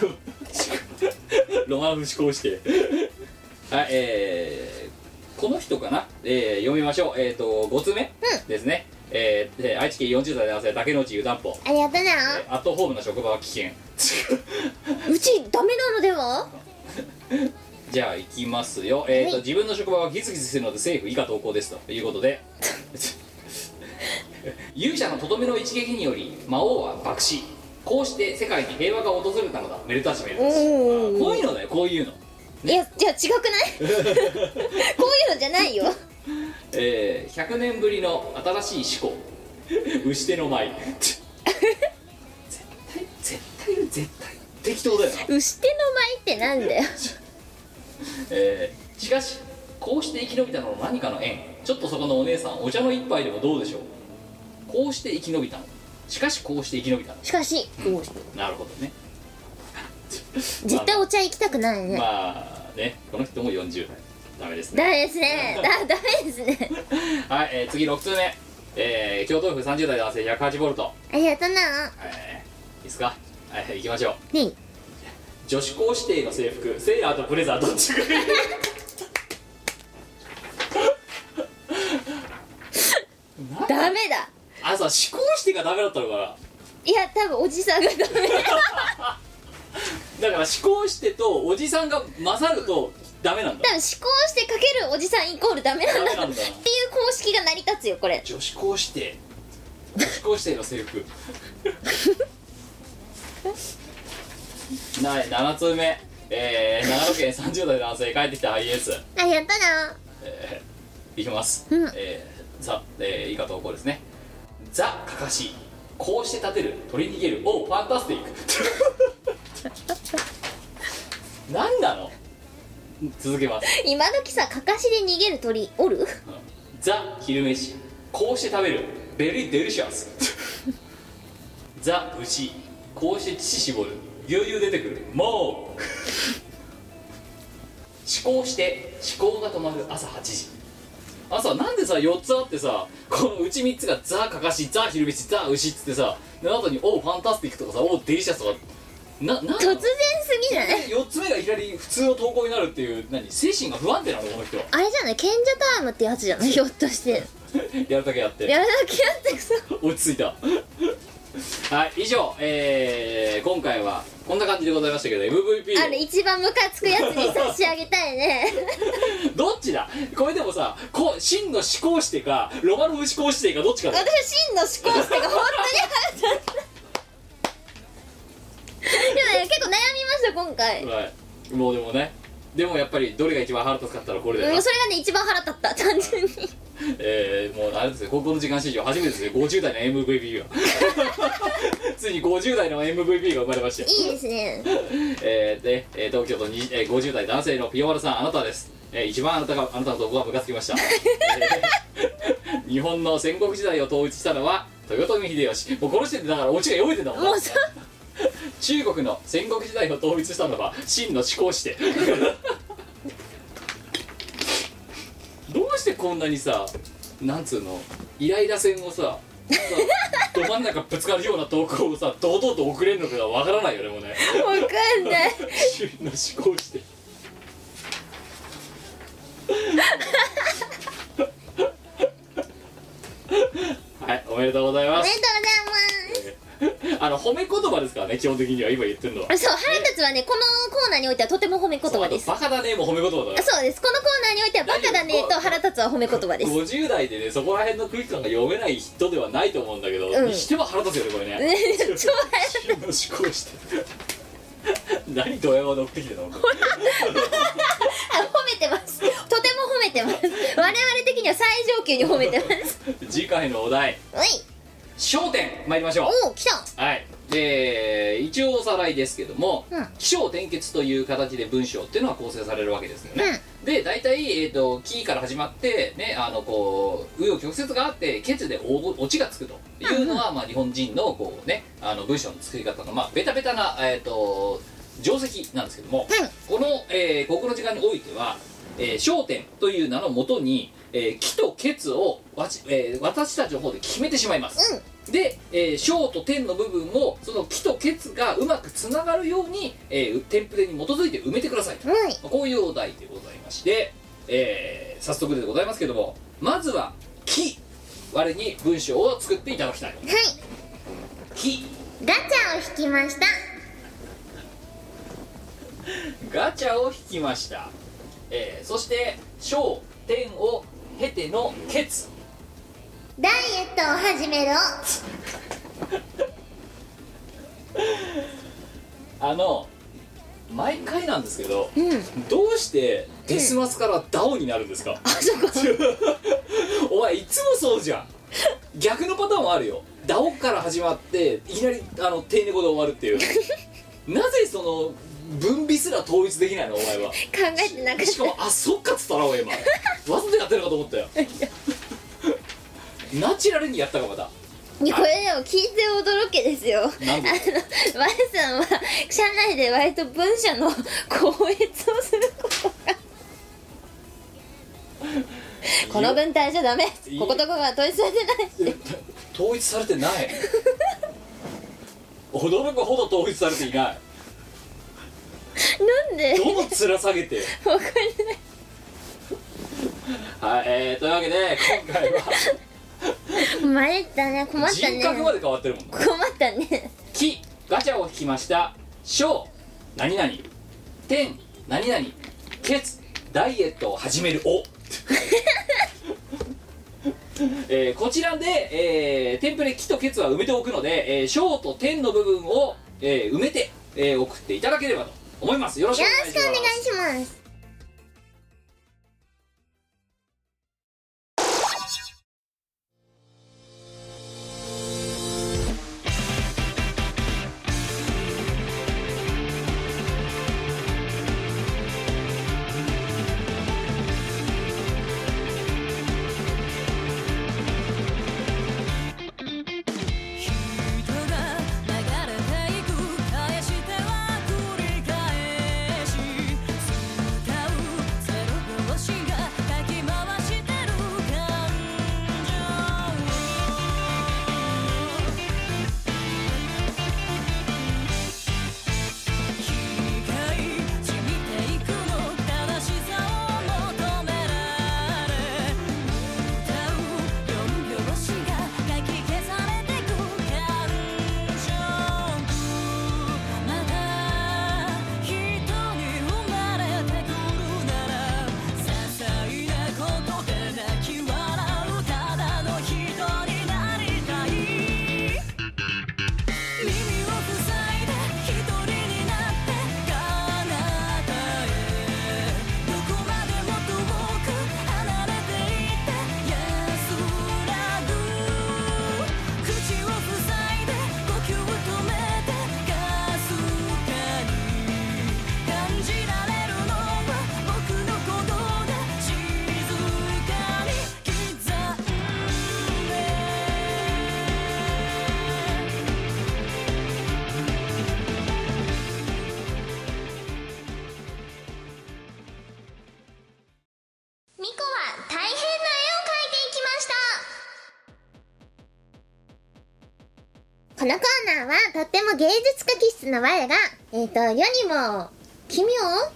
Speaker 1: こうロマン節こうしてはいえー、この人かな、えー、読みましょうえっ、ー、と5通目ですね、えーえー愛知県40代男性竹野内湯たんぽ
Speaker 2: ありがとうな
Speaker 1: アットホームな職場は危険
Speaker 3: うちダメなのでは
Speaker 1: じゃあ行きますよ、えーと自分の職場はギスギスするので政府以下投稿ですということで 勇者のとどめの一撃により魔王は爆死こうして世界に平和が訪れたのだめでたしめでたしあーこういうのだよこういうの
Speaker 3: いやじゃあ違くないこういうのじゃないよ
Speaker 1: えー、100年ぶりの新しい思考牛手の舞絶対絶対絶対適当だよな
Speaker 3: 牛手の舞ってなんだよ
Speaker 1: えーしかしこうして生き延びたのも何かの縁ちょっとそこのお姉さんお茶の一杯でもどうでしょうこうして生き延びたのしかしこうして生き延びたの
Speaker 2: しかし
Speaker 1: なるほどね
Speaker 2: 絶対お茶行きたくない
Speaker 1: ま
Speaker 2: ね
Speaker 1: あまあねこの人も40代ダメですね
Speaker 2: ダメですねだダメですね
Speaker 1: はい、えー次6通目えー京都府30代男性108ボルト
Speaker 2: ありがとうな
Speaker 1: えーいいですかはいはい行きましょう
Speaker 2: ね
Speaker 1: 女子校指定の制服セーラーとブレザーどっ ちがいい
Speaker 3: ダメだ
Speaker 1: あさ思考指定がダメだったのかない
Speaker 3: や多分おじさんがダメ
Speaker 1: だから思考してとおじさんが勝るとダメなんだ
Speaker 3: 多分思考してかけるおじさんイコールダメなんだ
Speaker 1: ダメなん
Speaker 3: っ
Speaker 1: だな
Speaker 3: ていう公式が成り立つよこれ
Speaker 1: 女子校指定女子校指定の制服 ない7通目えー、長野県30代男性帰ってきた IS
Speaker 2: ありがとうない
Speaker 1: きます、
Speaker 2: うん
Speaker 1: えー、ザ、えー、以下投稿ですねザ・カカシこうして立てる取り逃げるおうファンタス ティック何なの続けます
Speaker 3: 今時さかかしで逃げる鳥おる
Speaker 1: ザ・昼飯こうして食べるベリーデリシャスザ・牛こうして乳絞るぎゅうぎゅう出てくるもう思考して思考が止まる朝8時あさなんでさ4つあってさこのうち3つがザ・カカシザ・ヒルビシザ・牛っつってさであとに「おうファンタスティック」とかさ「おうデリシャス」とかななん
Speaker 2: 突然すぎない
Speaker 1: 4つ目がいきなり普通の投稿になるっていう何精神が不安定なのこの人は
Speaker 2: あれじゃない賢者タームってやつじゃないひょっとして
Speaker 1: やるだけやって
Speaker 2: やらなきゃってさ
Speaker 1: 落ち着いたはい以上、えー、今回はこんな感じでございましたけど MVP
Speaker 2: あの一番ムカつくやつに差し上げたいね
Speaker 1: どっちだこれでもさこう真の思考してかロマノフ思考してかどっちかだよ
Speaker 2: 私真の思考してが本当に腹立つでもね結構悩みました今回うん
Speaker 1: はいもうでもねでもやっぱりどれが一番腹立つかったらこれ
Speaker 2: そ
Speaker 1: だ
Speaker 2: れ
Speaker 1: よ
Speaker 2: が
Speaker 1: な、
Speaker 2: ね一番腹立った単純に
Speaker 1: えー、もうあれですね高校の時間史上初めてですね50代の MVP が ついに50代の MVP が生まれました
Speaker 2: いいですね
Speaker 1: えーで、えー東京都に、えー50代男性のピヨマルさんあなたです、えー一番あなたがあなたのとこがムカつきました、えー日本の戦国時代を統一したのは豊臣秀吉もうこの時点でだからオチが読めてたもんな
Speaker 2: もうさ
Speaker 1: 中国の戦国時代を統一したのは秦の始皇してどうしてこんなにさなんつうのイライラ戦をささど真ん中ぶつかるような投稿をさ堂々と送れるのかがわからないよねもうね
Speaker 2: わかんない
Speaker 1: 周囲の思考してはいおめでとうございま
Speaker 2: おめですとうございます
Speaker 1: あの褒め言葉ですからね基本的には今言ってるのは
Speaker 2: あそう腹立つはねこのコーナーにおいてはとても褒め言葉です
Speaker 1: そうあとバカだねも褒め言葉だ
Speaker 2: あそうですこのコーナーにおいてはバカだねと腹立つは褒め言葉ですね
Speaker 1: 50代でねそこら辺の空気感が読めない人ではないと思うんだけど、
Speaker 2: うん
Speaker 1: にしても腹立つよねこれね
Speaker 2: 超腹立つ
Speaker 1: 思考してる何ドヤ顔で送ってきてたの
Speaker 2: あ褒めてますとても褒めてます我々的には最上級に褒めてます
Speaker 1: 次回のお題
Speaker 2: おい
Speaker 1: 「焦点」参りましょう
Speaker 2: おお来た
Speaker 1: はい、えー、一応おさらいですけども、
Speaker 2: うん
Speaker 1: 起承転結という形で文章っていうのは構成されるわけですよね、で大体、えー、とキーから始まってねあのこう紆余曲折があってケツでおオチがつくというのは、まあ、日本人のこう、ね、あの文章の作り方の、まあ、ベタベタな、えー、と定石なんですけども、この、えー、ここの時間においては「えー焦点」という名のもとに「えー、木とケツをわち、えー私たちの方で決めてしまいます、で、えー、小と点の部分をその木とケツがうまくつながるように、えーテンプレに基づいて埋めてくださいと、
Speaker 2: はい
Speaker 1: こういうお題でございまして、えー早速でございますけどもまずは「木」我に文章を作っていただきたい
Speaker 5: い
Speaker 1: 「木
Speaker 5: ガチャを引きました」
Speaker 1: ガチャを引きました、えーそして「小」「点」を経ての「ケツ
Speaker 5: ダイエットを始めろ
Speaker 1: あの毎回なんですけど、どうしてデスマスからダオになるんですか、 お前いつもそうじゃん逆のパターンもあるよダオから始まっていきなりあの低猫で終わるって いうなぜその分離すら統一できないのお前は
Speaker 2: 考えてなかっ
Speaker 1: しかもあそっかっつったな俺今わざとやってるかと思った よナチュラルにやったかまた
Speaker 2: たいやこれでも聞いて驚けですよあの
Speaker 1: なんで
Speaker 2: ワイさんは社内で割と文章の校閲をすることがこの文体じゃダメ
Speaker 1: いい
Speaker 2: こことここが統一されてない
Speaker 1: え統一されてない驚くほど統一されていない
Speaker 2: なんで
Speaker 1: どの面下げて
Speaker 2: わかんない
Speaker 1: はい、えー、というわけで今回 は
Speaker 2: 迷ったね困った
Speaker 1: 人
Speaker 2: ね
Speaker 1: 格まで変わってるもん
Speaker 2: 困ったね
Speaker 1: 木ガチャを引きました小何々天何々ケツダイエットを始めるお えーこちらで、えーテンプレ木とケツは埋めておくので、えー、小と天の部分を、えー埋めて、えー送っていただければと思いますよろしくお願いします
Speaker 5: お願いします
Speaker 6: 人が流れていく返しては繰り返し全
Speaker 2: このコーナーはとっても芸術家気質の我が、えっ、と、世にも奇妙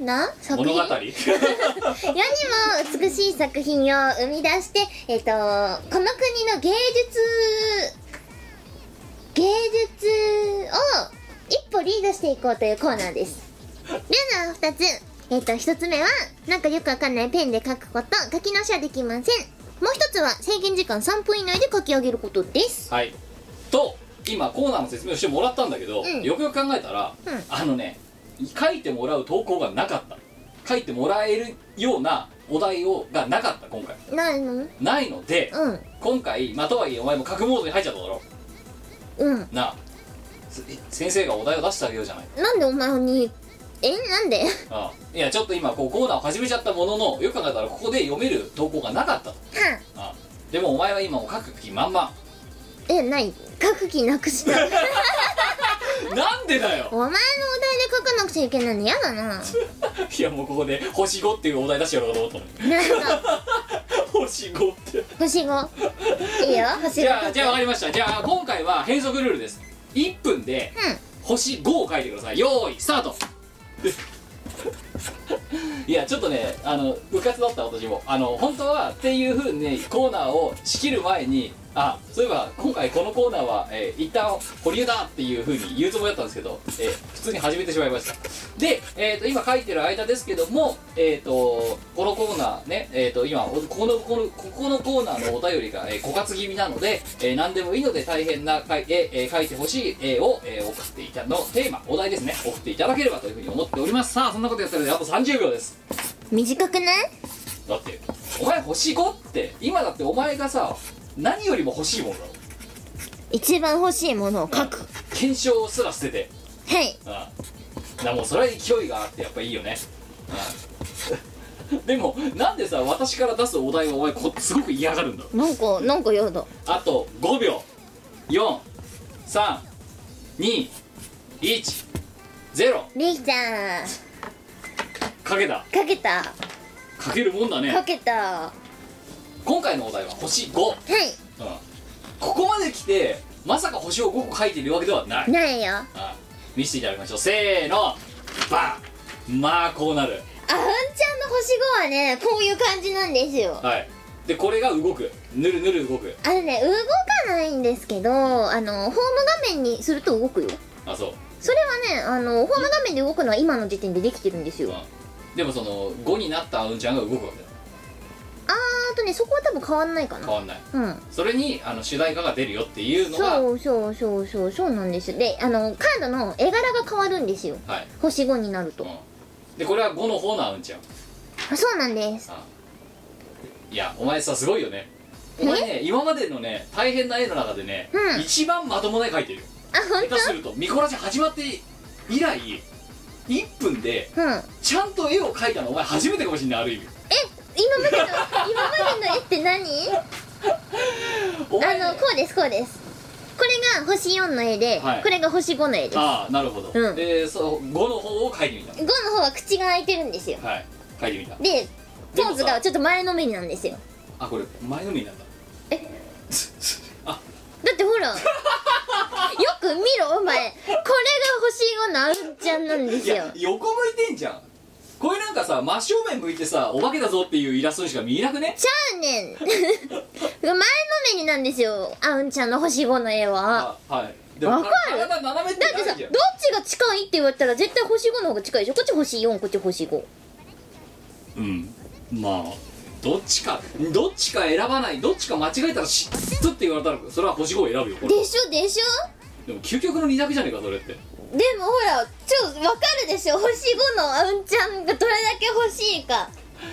Speaker 2: な作
Speaker 1: 物
Speaker 2: 品
Speaker 1: 語
Speaker 2: 世にも美しい作品を生み出して、えっ、と、この国の芸術、芸術を一歩リードしていこうというコーナーです。ルールは二つ。えっ、と、一つ目は、なんかよくわかんないペンで書くこと、書き直しはできません。もう一つは、制限時間3分以内で書き上げることです。
Speaker 1: はいと今コーナーの説明をしてもらったんだけど、
Speaker 2: うん
Speaker 1: よくよく考えたら、
Speaker 2: うん
Speaker 1: あのね書いてもらう投稿がなかった書いてもらえるようなお題をがなかった今回
Speaker 2: ないのうん。
Speaker 1: ないので、今回まあとはいえお前も書くモードに入っちゃっただろ
Speaker 2: うん。
Speaker 1: なあす先生がお題を出してあげようじゃない
Speaker 2: なんでお前に、えなんで
Speaker 1: ああいやちょっと今こうコーナーを始めちゃったもののよく考えたらここで読める投稿がなかったと
Speaker 2: は
Speaker 1: ああでもお前は今もう書く気満 々
Speaker 2: え、ない。書く気なくした。
Speaker 1: なんでだよ
Speaker 2: お前のお題で書かなくちゃいけないの嫌 だな。
Speaker 1: いやもうここで「星5」っていうお題出してやろうかと思った
Speaker 2: なんか、
Speaker 1: の 星5って
Speaker 2: 星5。いいよ、星5。
Speaker 1: じゃあじゃあ分かりましたじゃあ今回は変則ルールです1分で
Speaker 2: うん。
Speaker 1: 星5を書いてくださいよーいスタートいやちょっとねあの部活だった私もあの本当はっていうふうに、ね、コーナーを仕切る前にあそういえば今回このコーナーは、えー一旦保留だっていうふうに言うつもりだったんですけど、えー普通に始めてしまいましたで、えー、と今書いてる間ですけども、えー、とこのコーナーね、えー、と今おこのこのここのコーナーのお便りが、えー枯渇気味なので、えー何でもいいので大変な絵、えー書いてほしい絵を、えー送っていたのテーマお題ですね送っていただければというふうに思っておりますさあそんなことやったらあと30秒です
Speaker 2: 短くない
Speaker 1: だってお前星5って今だってお前がさ何よりも欲しいものだろ
Speaker 2: 一番欲しいものを書く。
Speaker 1: 検証すら捨てて
Speaker 2: はい。
Speaker 1: ああなもうそれは勢いがあってやっぱいいよねああでもなんでさ私から出すお題をお前こすごく嫌がるんだろう
Speaker 2: なんか、なんかやだ。
Speaker 1: あと5秒4321ゼロ
Speaker 2: できた
Speaker 1: かけた
Speaker 2: かけた
Speaker 1: かけるもんだ
Speaker 2: か
Speaker 1: ね
Speaker 2: けたは
Speaker 1: 今回のお題は星5、うん、
Speaker 2: い
Speaker 1: ここまで来てまさか星を5個書いているわけではない
Speaker 2: ないよあ
Speaker 1: あ見せていただきましょうせーのバンまあこうなる
Speaker 2: ふんちゃんの星5はねこういう感じなんですよ
Speaker 1: はいでこれが動くぬるぬる動く
Speaker 2: あのね動かないんですけどあのホーム画面にすると動くよ
Speaker 1: あそう
Speaker 2: それはねあのホーム画面で動くのは今の時点でできてるんですよあ
Speaker 1: うんでもその5になったあうんちゃんが動くわけだ
Speaker 2: ーとねそこは多分変わんないか
Speaker 1: 変
Speaker 2: な
Speaker 1: わんない
Speaker 2: うん
Speaker 1: それにあの主題歌が出るよっていうのが
Speaker 2: そうそうそうそうそうなんですよであのカードの絵柄が変わるんですよ
Speaker 1: はい、
Speaker 2: 星5になる
Speaker 1: う
Speaker 2: と
Speaker 1: ん、でこれは5の方のあうんちゃん
Speaker 2: あそうなんです
Speaker 1: いやお前さすごいよねお前ね今までのね大変な絵の中でね、
Speaker 2: うん
Speaker 1: 一番まともな絵描いてるよ
Speaker 2: あほん
Speaker 1: 下手するとミコラジ始まって以来1分で
Speaker 2: うん
Speaker 1: ちゃんと絵を描いたのお前初めてかもしんないある意味
Speaker 2: え今までの今までの絵っ て何
Speaker 1: お前ね
Speaker 2: あのこうですこうですこれが星4の絵で、
Speaker 1: はい
Speaker 2: これが星5の絵です5
Speaker 1: ああなるほど、
Speaker 2: うん
Speaker 1: でそう5の方を描いてみた
Speaker 2: の方は口が開いてるんですよ
Speaker 1: はい描いてみた
Speaker 2: でポ
Speaker 1: でもさ
Speaker 2: ーズがちょっと前のめりなんですよ
Speaker 1: あこれ前のめりなんだ
Speaker 2: え
Speaker 1: あ
Speaker 2: だって ほらよく見ろお前これが星5のあうんちゃんなんで
Speaker 1: い
Speaker 2: すよ
Speaker 1: や横向いてんじゃんこれなんかさ真正面向いてさお化けだぞっていうイラストにしか見えなくね
Speaker 2: ちゃうねん 前のめりなんですよあうんちゃんの星5の絵は
Speaker 1: あはいでも
Speaker 2: わかる
Speaker 1: 体斜めって
Speaker 2: だって
Speaker 1: な
Speaker 2: さ
Speaker 1: い
Speaker 2: ど
Speaker 1: じゃん
Speaker 2: っちが近いって言われたら絶対星5の方が近いでしょこっち星4こっち星5
Speaker 1: うんまあどっちかどっちか選ばないどっちか間違えたらシッとって言われたらそれは星5を選ぶよこれ
Speaker 2: でしょでしょ
Speaker 1: でも究極の二択じゃねえかそれって
Speaker 2: でもほらちょっとわかるでしょ星5のあうんちゃんがどれだけ欲しいか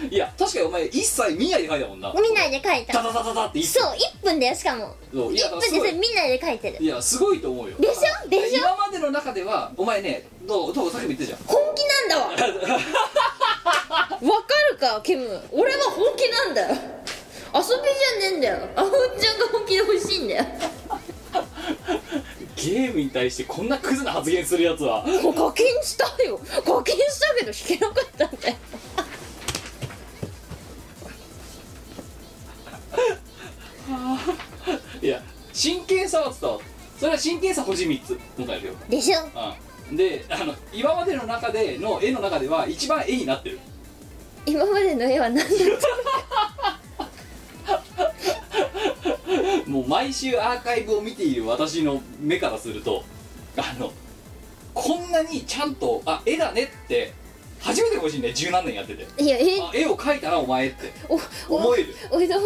Speaker 1: いや確かにお前一切見ないで書いたもんな
Speaker 2: 見ないで書い
Speaker 1: ダ
Speaker 2: た
Speaker 1: ダダダダって一切
Speaker 2: そう1分だよしかも
Speaker 1: そういや
Speaker 2: 1分でそれ見ないで書いてる
Speaker 1: いやすごいと思うよ
Speaker 2: でしょでしょ
Speaker 1: 今までの中ではお前ねどうどうさっきも言ってたじゃん
Speaker 2: 本気なんだわわかるかケム俺は本気なんだよ遊びじゃねえんだよあうんちゃんが本気で欲しいんだよ
Speaker 1: ゲームに対してこんなクズな発言するやつは
Speaker 3: もう課金したよ課金したけど弾けなかったんだよ
Speaker 1: いや真剣さは伝わそれは真剣さ星3つ今回の評価
Speaker 2: でしょ
Speaker 1: うんであの今までの中での絵の中では一番絵になってる
Speaker 3: 今までの絵は何だ
Speaker 1: もう毎週アーカイブを見ている私の目からするとあのこんなにちゃんとあ絵だねって初めてかもしんない十何年やってて
Speaker 3: いやえ
Speaker 1: あ絵を描いたなお前って
Speaker 3: おお
Speaker 1: 思える
Speaker 3: おいどま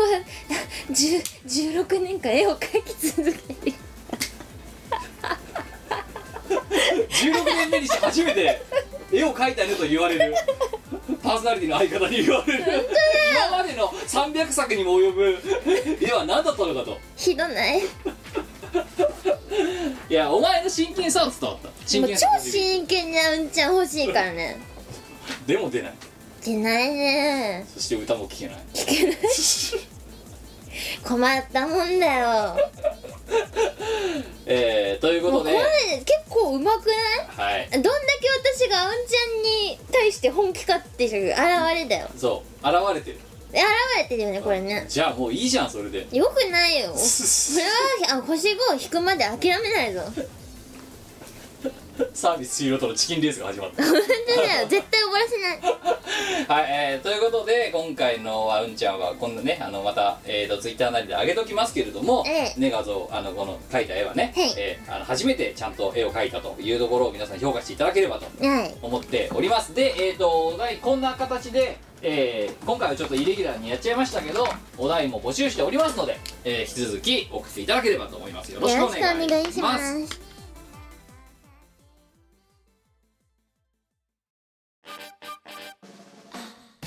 Speaker 3: 16年間絵を描き続けてる
Speaker 1: 16年目にして初めて絵を描いたねと言われるパーソナリティの相方に言われる今までの300作にも及ぶ絵は何だったのかと
Speaker 3: ひどないも
Speaker 1: いやお前の真剣さは伝わった真
Speaker 3: う
Speaker 1: 剣
Speaker 3: 超
Speaker 1: さ
Speaker 3: 真剣なうんちゃん欲しいからね
Speaker 1: でも出ない
Speaker 3: 出ないね
Speaker 1: そして歌も聴けない
Speaker 3: 聞けないし 困ったもんだよ
Speaker 1: えー、というこ
Speaker 3: も
Speaker 1: と
Speaker 3: うこ
Speaker 1: で
Speaker 3: れまで結構うまくない
Speaker 1: はい
Speaker 3: どんだけ私がうんちゃんに対して本気かっていう現れだよ
Speaker 1: そう現れてる
Speaker 3: 現れてるよねこれね
Speaker 1: じゃあもういいじゃんそれで
Speaker 3: よくない よそれ
Speaker 1: サ
Speaker 3: はあ星5を引くまで諦めないぞ
Speaker 1: ービス終了とのチキンレースが始まっ
Speaker 3: 本当 だよ絶対終わらせない
Speaker 1: たはい、えーということで今回の「あうんちゃん」はこんなねあのまた、えー、とツイッターなりで上げときますけれども、
Speaker 2: え
Speaker 1: ね画像あのこの描いた絵はね、
Speaker 2: はい
Speaker 1: えーあの初めてちゃんと絵を描いたというところを皆さん評価していただければと
Speaker 2: はい
Speaker 1: 思っておりますでえっ、とお題こんな形で、えー今回はちょっとイレギュラーにやっちゃいましたけどお題も募集しておりますので、えー引き続き送っていただければと思いますよろしく
Speaker 2: よ
Speaker 1: お
Speaker 2: ろしくお
Speaker 1: 願い
Speaker 2: 願いし
Speaker 1: し
Speaker 2: ま
Speaker 1: ます
Speaker 2: す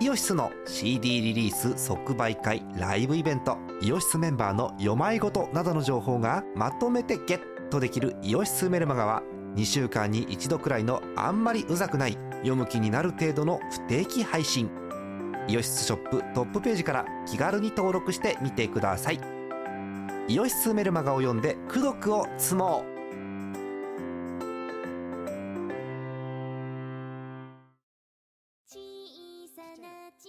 Speaker 7: イオシスの CD リリース即売会ライブイベントイオシスメンバーの読まいごとなどの情報がまとめてゲットできる「イオシスメルマガ」は2週間に1度くらいのあんまりうざくない読む気になる程度の不定期配信イオシスショップトップページから気軽に登録してみてくださいイオシスメルマガを読んで「功徳を積もう」
Speaker 2: 小さな小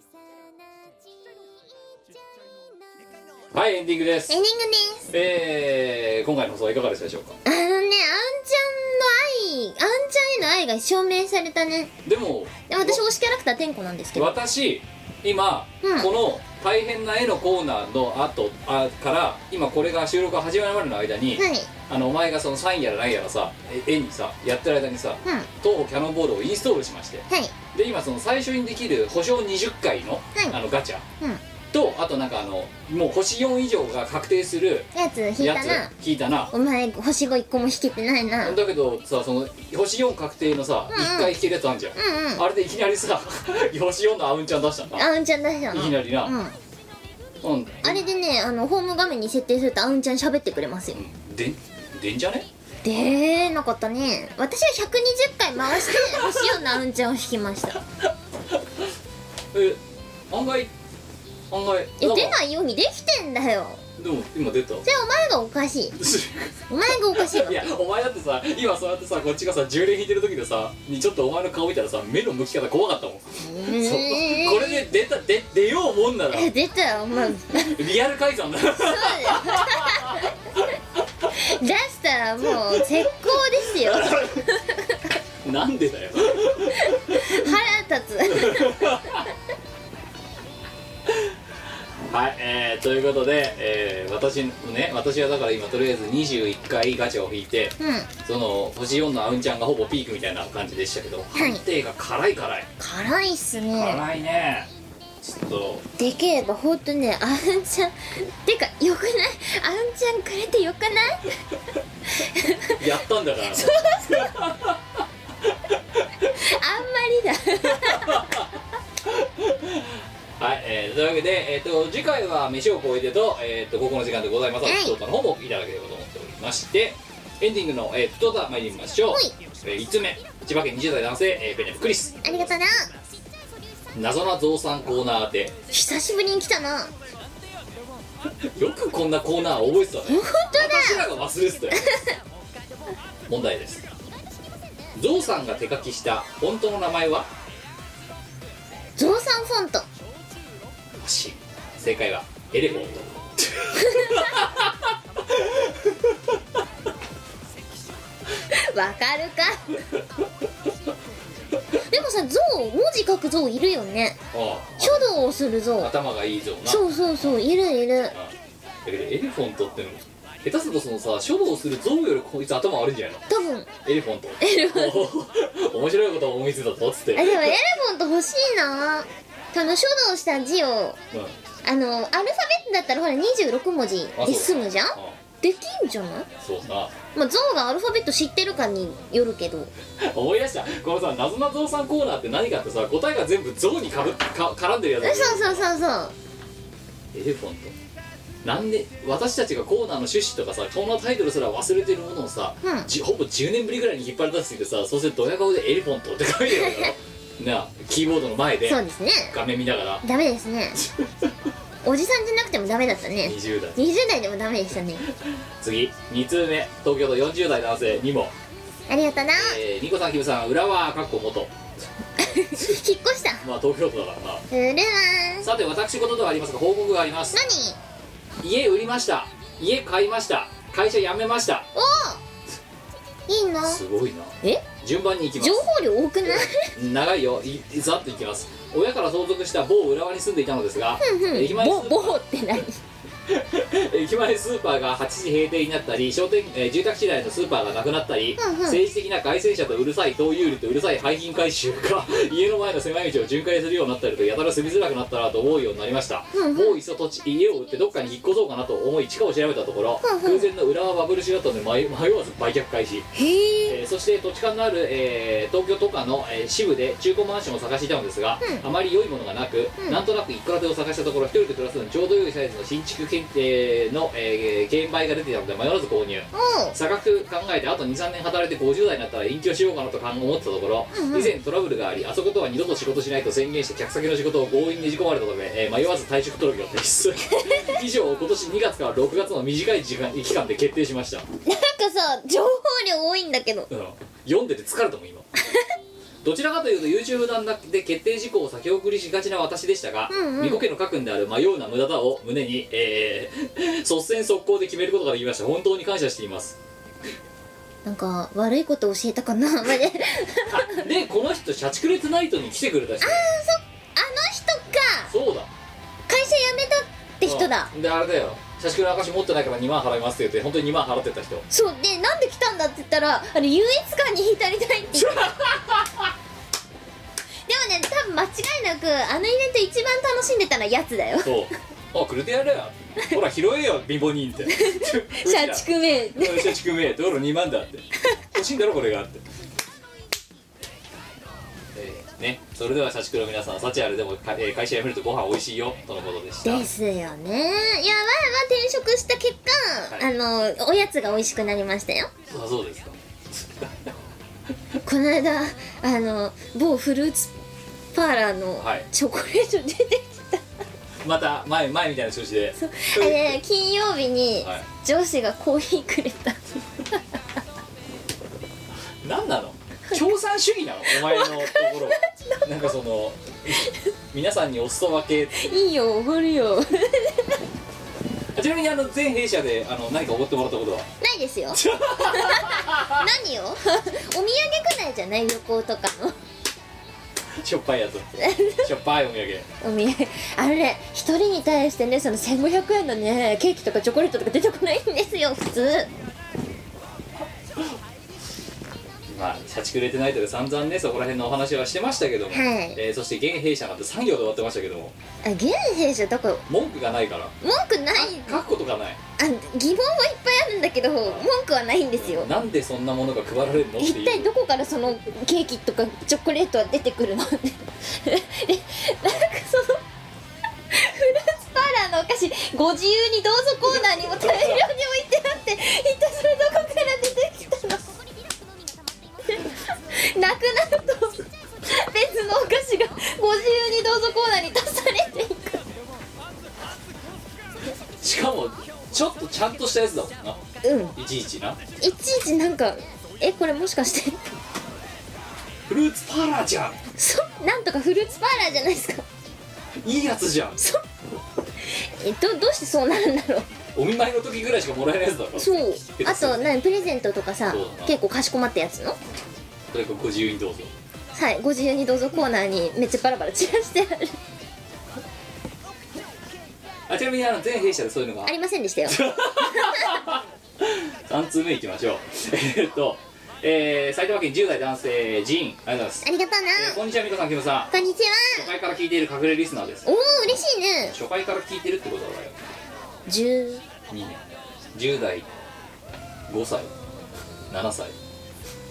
Speaker 2: さなちっちゃいの
Speaker 1: はいエンディングです
Speaker 2: エンディングです
Speaker 1: えー、今回の放送はいかがでしたでしょうか
Speaker 2: あのねあんちゃんの愛あんちゃんへの愛が証明されたね
Speaker 1: でも
Speaker 2: で私推しキャラクター天子なんですけど
Speaker 1: 私今、
Speaker 2: うん
Speaker 1: この大変な絵のコーナーの後あから今これが収録が始まるまでの間に、
Speaker 2: はい
Speaker 1: あのお前がそのサインやら何やらさえ絵にさやってる間にさ、
Speaker 2: うん
Speaker 1: 東宝キャノンボールをインストールしまして
Speaker 2: はい
Speaker 1: で今その最初にできる保証20回の,、
Speaker 2: い
Speaker 1: あのガチャ、
Speaker 2: うん
Speaker 1: とあとなんかあのもう星4以上が確定する
Speaker 2: やつ引い
Speaker 1: や
Speaker 2: たな
Speaker 1: つ引いたな
Speaker 2: お前星5一個も引けてないなうんうん
Speaker 1: だけどさその星4確定のさ、
Speaker 2: んうん
Speaker 1: 1回引けるやつあんじゃん、あれでいきなりさ 星4のあうんちゃん出したんだ
Speaker 2: あうんちゃん出した
Speaker 1: い
Speaker 2: の
Speaker 1: きなりな、
Speaker 2: うん
Speaker 1: うん、
Speaker 2: あれでねあのホーム画面に設定するとあうんちゃん喋ってくれますよ
Speaker 1: うんでんでんじゃね
Speaker 2: でーなかったね私は120回回して星4のあうんちゃんを引き ました
Speaker 1: え案外案外
Speaker 2: え
Speaker 1: んか
Speaker 2: 出ないようにできてんだよ
Speaker 1: でも今出た
Speaker 2: じゃあお前がおかしいお前がおかしい わ
Speaker 1: いやお前だってさ今そうやってさこっちがさ10連引いてる時でさにちょっとお前の顔見たらさ目の向き方怖かったもん、そう
Speaker 2: え
Speaker 1: これで出たで出ようもんなら
Speaker 2: ー出たよお前出
Speaker 1: リアル改ざんだ
Speaker 2: したらもう絶好ですよ
Speaker 1: なんでだよ
Speaker 2: 腹立つ
Speaker 1: はい、えー、ということで、えー、私ね私はだから今とりあえず21回ガチャを引いて
Speaker 2: うん
Speaker 1: その星4のあうんちゃんがほぼピークみたいな感じでしたけど
Speaker 2: い
Speaker 1: 判定が辛い辛い
Speaker 2: 辛いっすね
Speaker 1: 辛いねちょっと
Speaker 2: できればほんとねあうんちゃんてかよくないあうんちゃんくれてよくない
Speaker 1: やったんだから
Speaker 2: あんまりだ
Speaker 1: はい、えー、というわけで、えー、と次回は飯を超えてと,、えー、とここの時間でございます
Speaker 2: はい
Speaker 1: の方もいただければと思っておりましてエンディングの、えー、ふとだ参りましょう、
Speaker 2: はい
Speaker 1: えー、5つ目千葉県20代男性、えー、ベネフクリス
Speaker 2: ありがとうな
Speaker 1: 謎な増産コーナー宛て
Speaker 2: 久しぶりに来たな本
Speaker 1: よくこんなコーナー覚えてた ね
Speaker 2: 当だ
Speaker 1: 私らが忘れてたよ 問題ですゾウさんが手書きした本当の名前は
Speaker 2: ゾウさんフォント
Speaker 1: 欲しい正解はエレフォント
Speaker 2: わかるかでもさゾウ文字書くゾウいるよね
Speaker 1: あ
Speaker 2: 書道をするゾ
Speaker 1: あ
Speaker 2: ウ
Speaker 1: 頭がいいゾウな
Speaker 2: そうそうそういるいる
Speaker 1: だけどエレフォントっての下手するとそのさ書道をするゾウよりこいつ頭悪いんじゃない
Speaker 2: 多分
Speaker 1: のエレフ ォントエレフォント面白いことを思いついたぞっつって
Speaker 2: あでもエレフォント欲しいなあの書道した字を
Speaker 1: うんうん
Speaker 2: あのアルファベットだったらほら26文字
Speaker 1: あそう
Speaker 2: で済むじゃんできんじゃない
Speaker 1: そうさ
Speaker 2: まあゾウがアルファベット知ってるかによるけど
Speaker 1: 思い出したこのさ謎なゾウさんコーナーって何かってさ答えが全部ゾウにかぶっか絡んでるやつ
Speaker 2: そう
Speaker 1: だけど
Speaker 2: そうそうそう
Speaker 1: エレフォントなんで私たちがコーナーの趣旨とかさコーナータイトルすら忘れてるものをさ、
Speaker 2: うん
Speaker 1: じほぼ10年ぶりぐらいに引っ張り出してきてさそうするとドヤ顔で「エレフォント」って書いてるんだよ なあキーボードの前で
Speaker 2: そうですね
Speaker 1: 画面見ながら
Speaker 2: ダメですねおじさんじゃなくてもダメだったね
Speaker 1: 20代
Speaker 2: 20代でもダメでしたね
Speaker 1: 次2通目東京都40代男性にも、
Speaker 2: ありがとうな
Speaker 1: えー、ニコさんキムさん浦和かっこ元
Speaker 2: 引っ越した
Speaker 1: まあ東京都だからな
Speaker 2: うるわー
Speaker 1: さて私事ではありますが報告があります
Speaker 2: 何
Speaker 1: 家売りました家買いました会社辞めました
Speaker 2: いいの
Speaker 1: すごいな
Speaker 2: え
Speaker 1: 順番に行きます
Speaker 2: 情報量多くない
Speaker 1: 長いよいざっといきます親から相続した某浦和に住んでいたのですが
Speaker 2: うんうん
Speaker 1: 駅前ス
Speaker 2: ぼ
Speaker 1: ーパ
Speaker 2: ぼほって何
Speaker 1: ー 駅前スーパーが8時閉店になったり商店、えー住宅地内のスーパーがなくなったり、
Speaker 2: うんうん
Speaker 1: 政治的な街宣車とうるさい党有利とうるさい廃品回収が 家の前の狭い道を巡回するようになったりとやたら住みづらくなったなと思うようになりました、
Speaker 2: うんうん
Speaker 1: もういっそ土地家を売ってどっかに引っ越そうかなと思い地下を調べたところ、
Speaker 2: うんうん
Speaker 1: 偶然の浦和バブル市だったので迷迷わず売却開始
Speaker 2: へえ
Speaker 1: えーそして土地勘のある、えー東京都下の、えー支部で中古マンションを探していたのですが、あまり良いものがなく、なんとなく一戸建てを探したところ一人で暮らすのにちょうど良いサイズの新築検定の、えー、券売が出ていたので迷わず購入
Speaker 2: おう
Speaker 1: 差額考えてあと23年働いて50代になったら隠居しようかなと考え思ってたところ、以前トラブルがありあそことは二度と仕事しないと宣言して客先の仕事を強引にねじ込まれたため、えー迷わず退職届を提出以上今年2月から6月の短い時間期間で決定しました
Speaker 2: なんかさ情報量多いんだけど
Speaker 1: うん読んでて疲れたも ん今どちらかというと YouTube なんだで決定事項を先送りしがちな私でしたが、
Speaker 2: うんうん
Speaker 1: 巫女家の家訓である迷うな無駄だを胸に、えー率先速攻で決めることができました本当に感謝しています
Speaker 2: なんか悪いこと教えたかな まあね
Speaker 1: あでこの人社畜列ナイトに来てくれた人
Speaker 2: あの人か
Speaker 1: そうだっ
Speaker 2: 会社辞めたって人だ
Speaker 1: であれだよ社畜の証持ってないから2万払いますって言って本当に2万払ってった人
Speaker 2: そうでなんで来たんだって言ったらあの優越感に浸りたい って言ってでもね多分間違いなくあのイベント一番楽しんでたのはやつだよ
Speaker 1: そうあくれてやれよほら拾えよ貧乏人ってうちら
Speaker 2: 社畜め
Speaker 1: 社畜めえ道路2万だって欲しいんだろこれがってえーねそれでは社畜の皆さんサチアルでもか、えー会社辞めるとご飯美味しいよとのことでした
Speaker 2: ですよねいやわいわ転職した結果、あのおやつが美味しくなりましたよ
Speaker 1: あそうですか
Speaker 2: この間あの某フルーツパーラーの
Speaker 1: はい
Speaker 2: チョコレート出てきた、
Speaker 1: また前前みたいな調子で
Speaker 2: あれね金曜日に
Speaker 1: はい
Speaker 2: 上司がコーヒーくれた
Speaker 1: 何なの共産主義なのお前のとこ ろなんかその皆さんにお裾分け
Speaker 2: いいよおごるよな
Speaker 1: あちなみにあの全弊社であの何かおごってもらったことはい
Speaker 2: ですよ 何よ お土産くらいじゃない旅行とかの
Speaker 1: しょっぱいやつしょっぱいお土産
Speaker 2: お土産あれね一人に対してねその1500円のねケーキとかチョコレートとか出てこないんですよ普通
Speaker 1: まあ、社畜レてないとで散々ねそこら辺のお話はしてましたけども、
Speaker 2: はい
Speaker 1: えーそして現弊社なんて3行で終わってましたけども
Speaker 2: あ現弊社だから
Speaker 1: 文句がないから
Speaker 2: 文句ない
Speaker 1: 書くことがない
Speaker 2: あ疑問はいっぱいあるんだけど文句はないんですよ
Speaker 1: なんでそんなものが配られるのって
Speaker 2: 一
Speaker 1: い
Speaker 2: 体
Speaker 1: う
Speaker 2: どこからそのケーキとかチョコレートは出てくるの でなんかそのフルーツパーラーのお菓子ご自由にどうぞコーナーにも大量に置いてあって一体それどこから出て
Speaker 1: しかもちょっとちゃんとしたやつだもんな
Speaker 3: うん
Speaker 1: いちいちな
Speaker 3: ち
Speaker 1: い
Speaker 3: いちなんかえこれもしかして
Speaker 1: フルーツパーラーじゃん
Speaker 3: そうなんとかフルーツパーラーじゃないですか
Speaker 1: いいやつじゃん
Speaker 3: えどどうしてそうなるんだろ
Speaker 1: お見舞いの時ぐらいしかもらえないやつだろ
Speaker 3: うそう
Speaker 1: 下手
Speaker 3: あ
Speaker 1: する
Speaker 3: と何プレゼントとかさ
Speaker 1: そうだな
Speaker 3: 結構かしこまったやつの
Speaker 1: とにかくご自由にどうぞ
Speaker 3: はいご自由にどうぞコーナーにめっちゃバラバラ散らしてある
Speaker 1: あちなみにあの全弊社でそういうのが
Speaker 3: ありませんでしたよ
Speaker 1: 3通目いきましょう えーっと、えー、埼玉県10代男性ジンありがとうございます
Speaker 2: ありがとうな
Speaker 1: えーこんにちはみこさんキムさん
Speaker 2: こんにち
Speaker 1: 初
Speaker 2: は
Speaker 1: 回から聞いている隠れリスナーです
Speaker 2: おお嬉しいね
Speaker 1: 初回から聞いてるってことはだよ
Speaker 3: 10
Speaker 1: 2年10代5歳7歳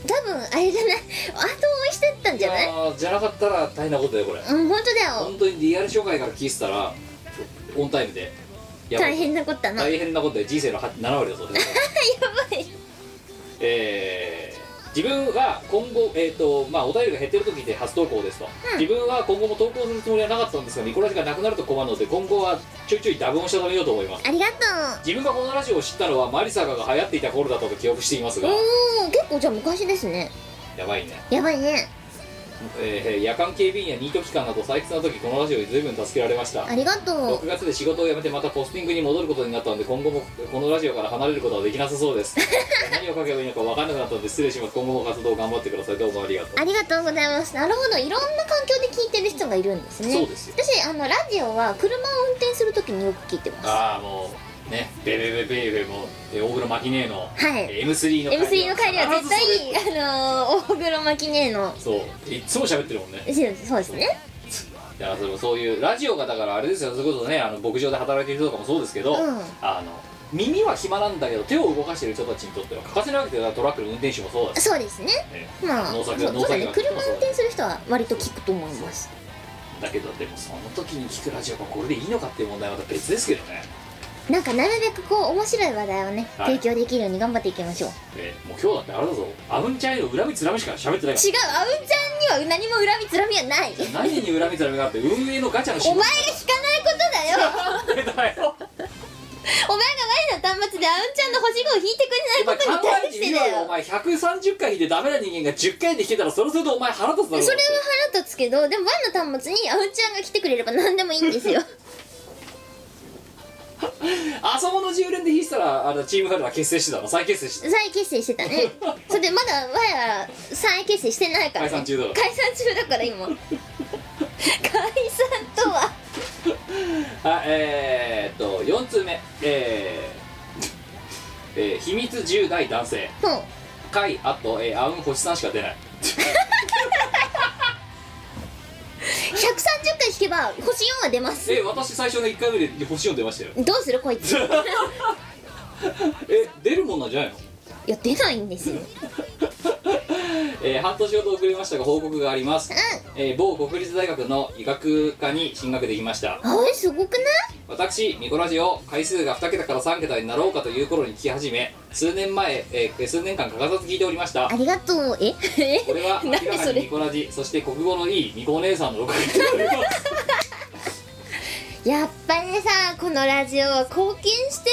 Speaker 2: 多分あれじゃない後追いしてったんじゃない
Speaker 1: あーじゃなかったら大変なことだよこれ
Speaker 2: うん本当だよ
Speaker 1: 本当にリアル紹介から聞いてたらオンタイムでやばい
Speaker 2: 大変なことだな
Speaker 1: 大変なことで人生のは7割だ そうです
Speaker 2: ばい
Speaker 1: えー自分は今後、えーとまあ、お便りが減ってる時で初投稿ですと、自分は今後も投稿するつもりはなかったんですがミコラジがなくなると困るので今後はちょいちょいダブンをして食べようと思います
Speaker 2: ありが
Speaker 1: 自分がこのラジオを知ったのはマリサが流行っていた頃だったと記憶しています
Speaker 2: と
Speaker 1: が
Speaker 2: うおお結構じゃあ昔ですね
Speaker 1: やばいね
Speaker 2: やばいね
Speaker 1: えー夜間警備員やニート期間など採掘の時このラジオに随分助けられました
Speaker 2: ありがと
Speaker 1: 6月で仕事を辞めてまたポスティングに戻ることになったので今後もこのラジオから離れることはできなさそうです何を書けばいいのか分かんなくなったので失礼します今後も活動を頑張ってくださいどうもありがと
Speaker 2: うありがとうございますなるほどいろんな環境で聞いてる人がいるんです
Speaker 1: う、
Speaker 2: ね
Speaker 1: そうですよ
Speaker 2: 私あのラジオは車を運転するときによく聞いてますは
Speaker 1: ああもうねベベベベベもえー大黒摩季姉の
Speaker 2: い
Speaker 1: えー M3 の
Speaker 2: M3 の帰りは
Speaker 1: 必
Speaker 2: 絶
Speaker 1: ずそれ
Speaker 2: 対あのー大黒摩季姉の
Speaker 1: そういっつも喋ってるもんね
Speaker 2: そうですね
Speaker 1: いやそれもそういうラジオがだからあれですよそれこそねあの牧場で働いてる人とかもそうですけど、
Speaker 2: うん
Speaker 1: あの耳は暇なんだけど手を動かしてる人たちにとっては欠かせないわけだよトラックの運転手もそうだし、
Speaker 2: そうですね
Speaker 1: ね、
Speaker 2: まあそ
Speaker 1: 農
Speaker 2: うそう
Speaker 1: 作業農
Speaker 2: だ
Speaker 1: 作
Speaker 2: ね
Speaker 1: 業
Speaker 2: 車運転する人は割と聞くと思います
Speaker 1: だけどでもその時に聞くラジオがこれでいいのかっていう問題はまた別ですけどね、
Speaker 2: なんかなるべくこう面白い話題をね
Speaker 1: はい
Speaker 2: 提供できるように頑張っていきましょう
Speaker 1: えーもう今日だってあれだぞアウンチャイの恨みつらみしか喋ってないか
Speaker 2: 違うあうんちゃんには何も恨みつらみはないお前が引
Speaker 1: ら何に恨みつらみがあって運営のガチャの仕
Speaker 2: かないことだよ
Speaker 1: だよ
Speaker 2: お前が我の端末であうんちゃんの星5を引いて
Speaker 1: お前
Speaker 2: くれないことに
Speaker 1: 考
Speaker 2: 対
Speaker 1: え
Speaker 2: してて
Speaker 1: み
Speaker 2: だ
Speaker 1: ろよお
Speaker 2: よ
Speaker 1: 前130回でダメな人間が10回で聞けたらそれそれでお前腹立つだろ
Speaker 2: それは腹立つけどでも我の端末にあうんちゃんが来てくれれば何でもいい んですよ
Speaker 1: あそこの10連で引いてたらあのチームファルは結成してたの再結成してた
Speaker 2: 再結成してたねそれでまだ我は再結成してないから、ね、
Speaker 1: 解散中だから
Speaker 2: 解散中だから今解散とは
Speaker 1: あえー、っと4通目えー、えー秘密10代男性
Speaker 2: もう
Speaker 1: 回あと、えー、あうん星さんしか出ない
Speaker 2: 130回引けば星4は出ます
Speaker 1: えー私最初の1回目で星4出ましたよ
Speaker 2: どうする こいつい
Speaker 1: え出るもんなんじゃないの
Speaker 2: や出ないんですよ
Speaker 1: えー半年ほど遅れましたが報告があります、
Speaker 2: う
Speaker 1: えー某国立大学の医学科に進学できました
Speaker 2: あれすごくない
Speaker 1: 私ミコラジオ回数が2桁から3桁になろうかという頃に聞き始め数年前、えー数年間欠かさず聞いておりました
Speaker 2: ありがとうえ
Speaker 1: これは明
Speaker 2: なんで
Speaker 1: らか
Speaker 2: そ
Speaker 1: に
Speaker 2: れ
Speaker 1: ミコラジそして国語のいいミコお姉さんのおかげであります
Speaker 2: やっぱりさこのラジオは貢献して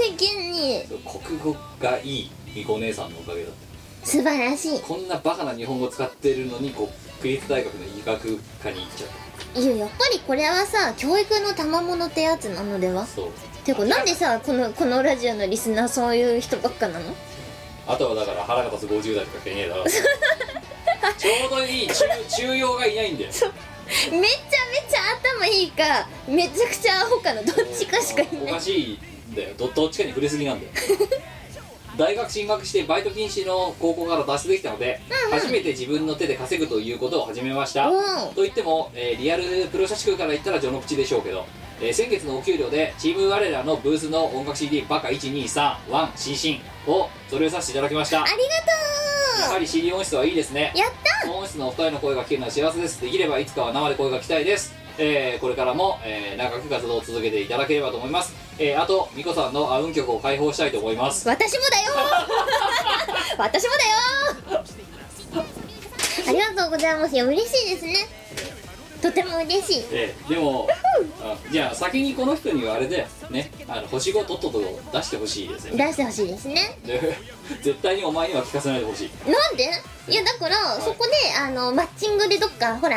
Speaker 2: るよ世間に
Speaker 1: 国語がいいミコお姉さんのおかげだって
Speaker 2: 素晴らし
Speaker 1: こんなバカな日本語使ってるのにこう国立大学の医学科に行っちゃっ
Speaker 2: いいややっぱりこれはさ教育の賜物ってやつなのでは
Speaker 1: たそう
Speaker 2: てかなんでさこのこのラジオのリスナーそういう人ばっかなの
Speaker 1: あとはだから腹が立つ50代とかしかいねえだろちょうどいい中中庸がいないんだよ
Speaker 2: めちゃめちゃ頭いいかめちゃくちゃアホかのどっちかしかい
Speaker 1: お
Speaker 2: ない
Speaker 1: かしいんだよどどっちかに触れすぎなんだよ大学進学してバイト禁止の高校から脱出できたので、初めて自分の手で稼ぐということを始めました
Speaker 2: おう
Speaker 1: と言っても、えーリアルプロ社地区から言ったら序の口でしょうけど、えー先月のお給料でチーム我らのブースの音楽 CD バカ1231新進をそれをさせていただきました
Speaker 2: あり
Speaker 1: や
Speaker 2: がと
Speaker 1: はり CD 音質はいいですね
Speaker 2: うやった
Speaker 1: 音質のお二人の声が聞けるのは幸せですできればいつかは生で声が聞きたいです、えーこれからも、えー長く活動を続けていただければと思います、えーあと美子さんのあうん曲を開放したいと思います
Speaker 2: 私もだよ私もだよありがとうございますいや嬉しいですねとても嬉しい
Speaker 1: ええでもあじゃあ先にこの人にはあれでねあの星5とっとと出してほしいです
Speaker 2: 出
Speaker 1: ね
Speaker 2: してほしいですね
Speaker 1: で 絶対にお前には聞かせないでほしい
Speaker 2: なんでいやだからそこであのマッチングでどっかほら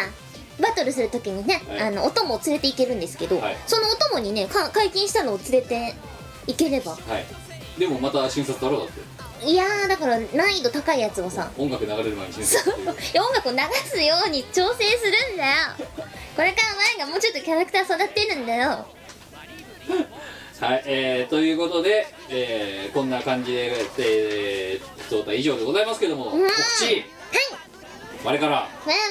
Speaker 2: バトルするときにね、
Speaker 1: はい
Speaker 2: あのお供を連れて行けるんですけど、
Speaker 1: はい
Speaker 2: そのお供にねか解禁したのを連れて行ければ
Speaker 1: はいでもまた瞬殺だろうだって
Speaker 2: いやーだから難易度高いやつをさ
Speaker 1: 音楽流れる前に瞬殺
Speaker 2: そ
Speaker 1: っ
Speaker 2: う
Speaker 1: てい
Speaker 2: いや
Speaker 1: う
Speaker 2: 音楽を流すように調整するんだよこれからお前がもうちょっとキャラクター育てるんだよ
Speaker 1: はい、えー、ということで、えー、こんな感じで、えー、状態以上でございますけども、告知、あれから、
Speaker 2: これは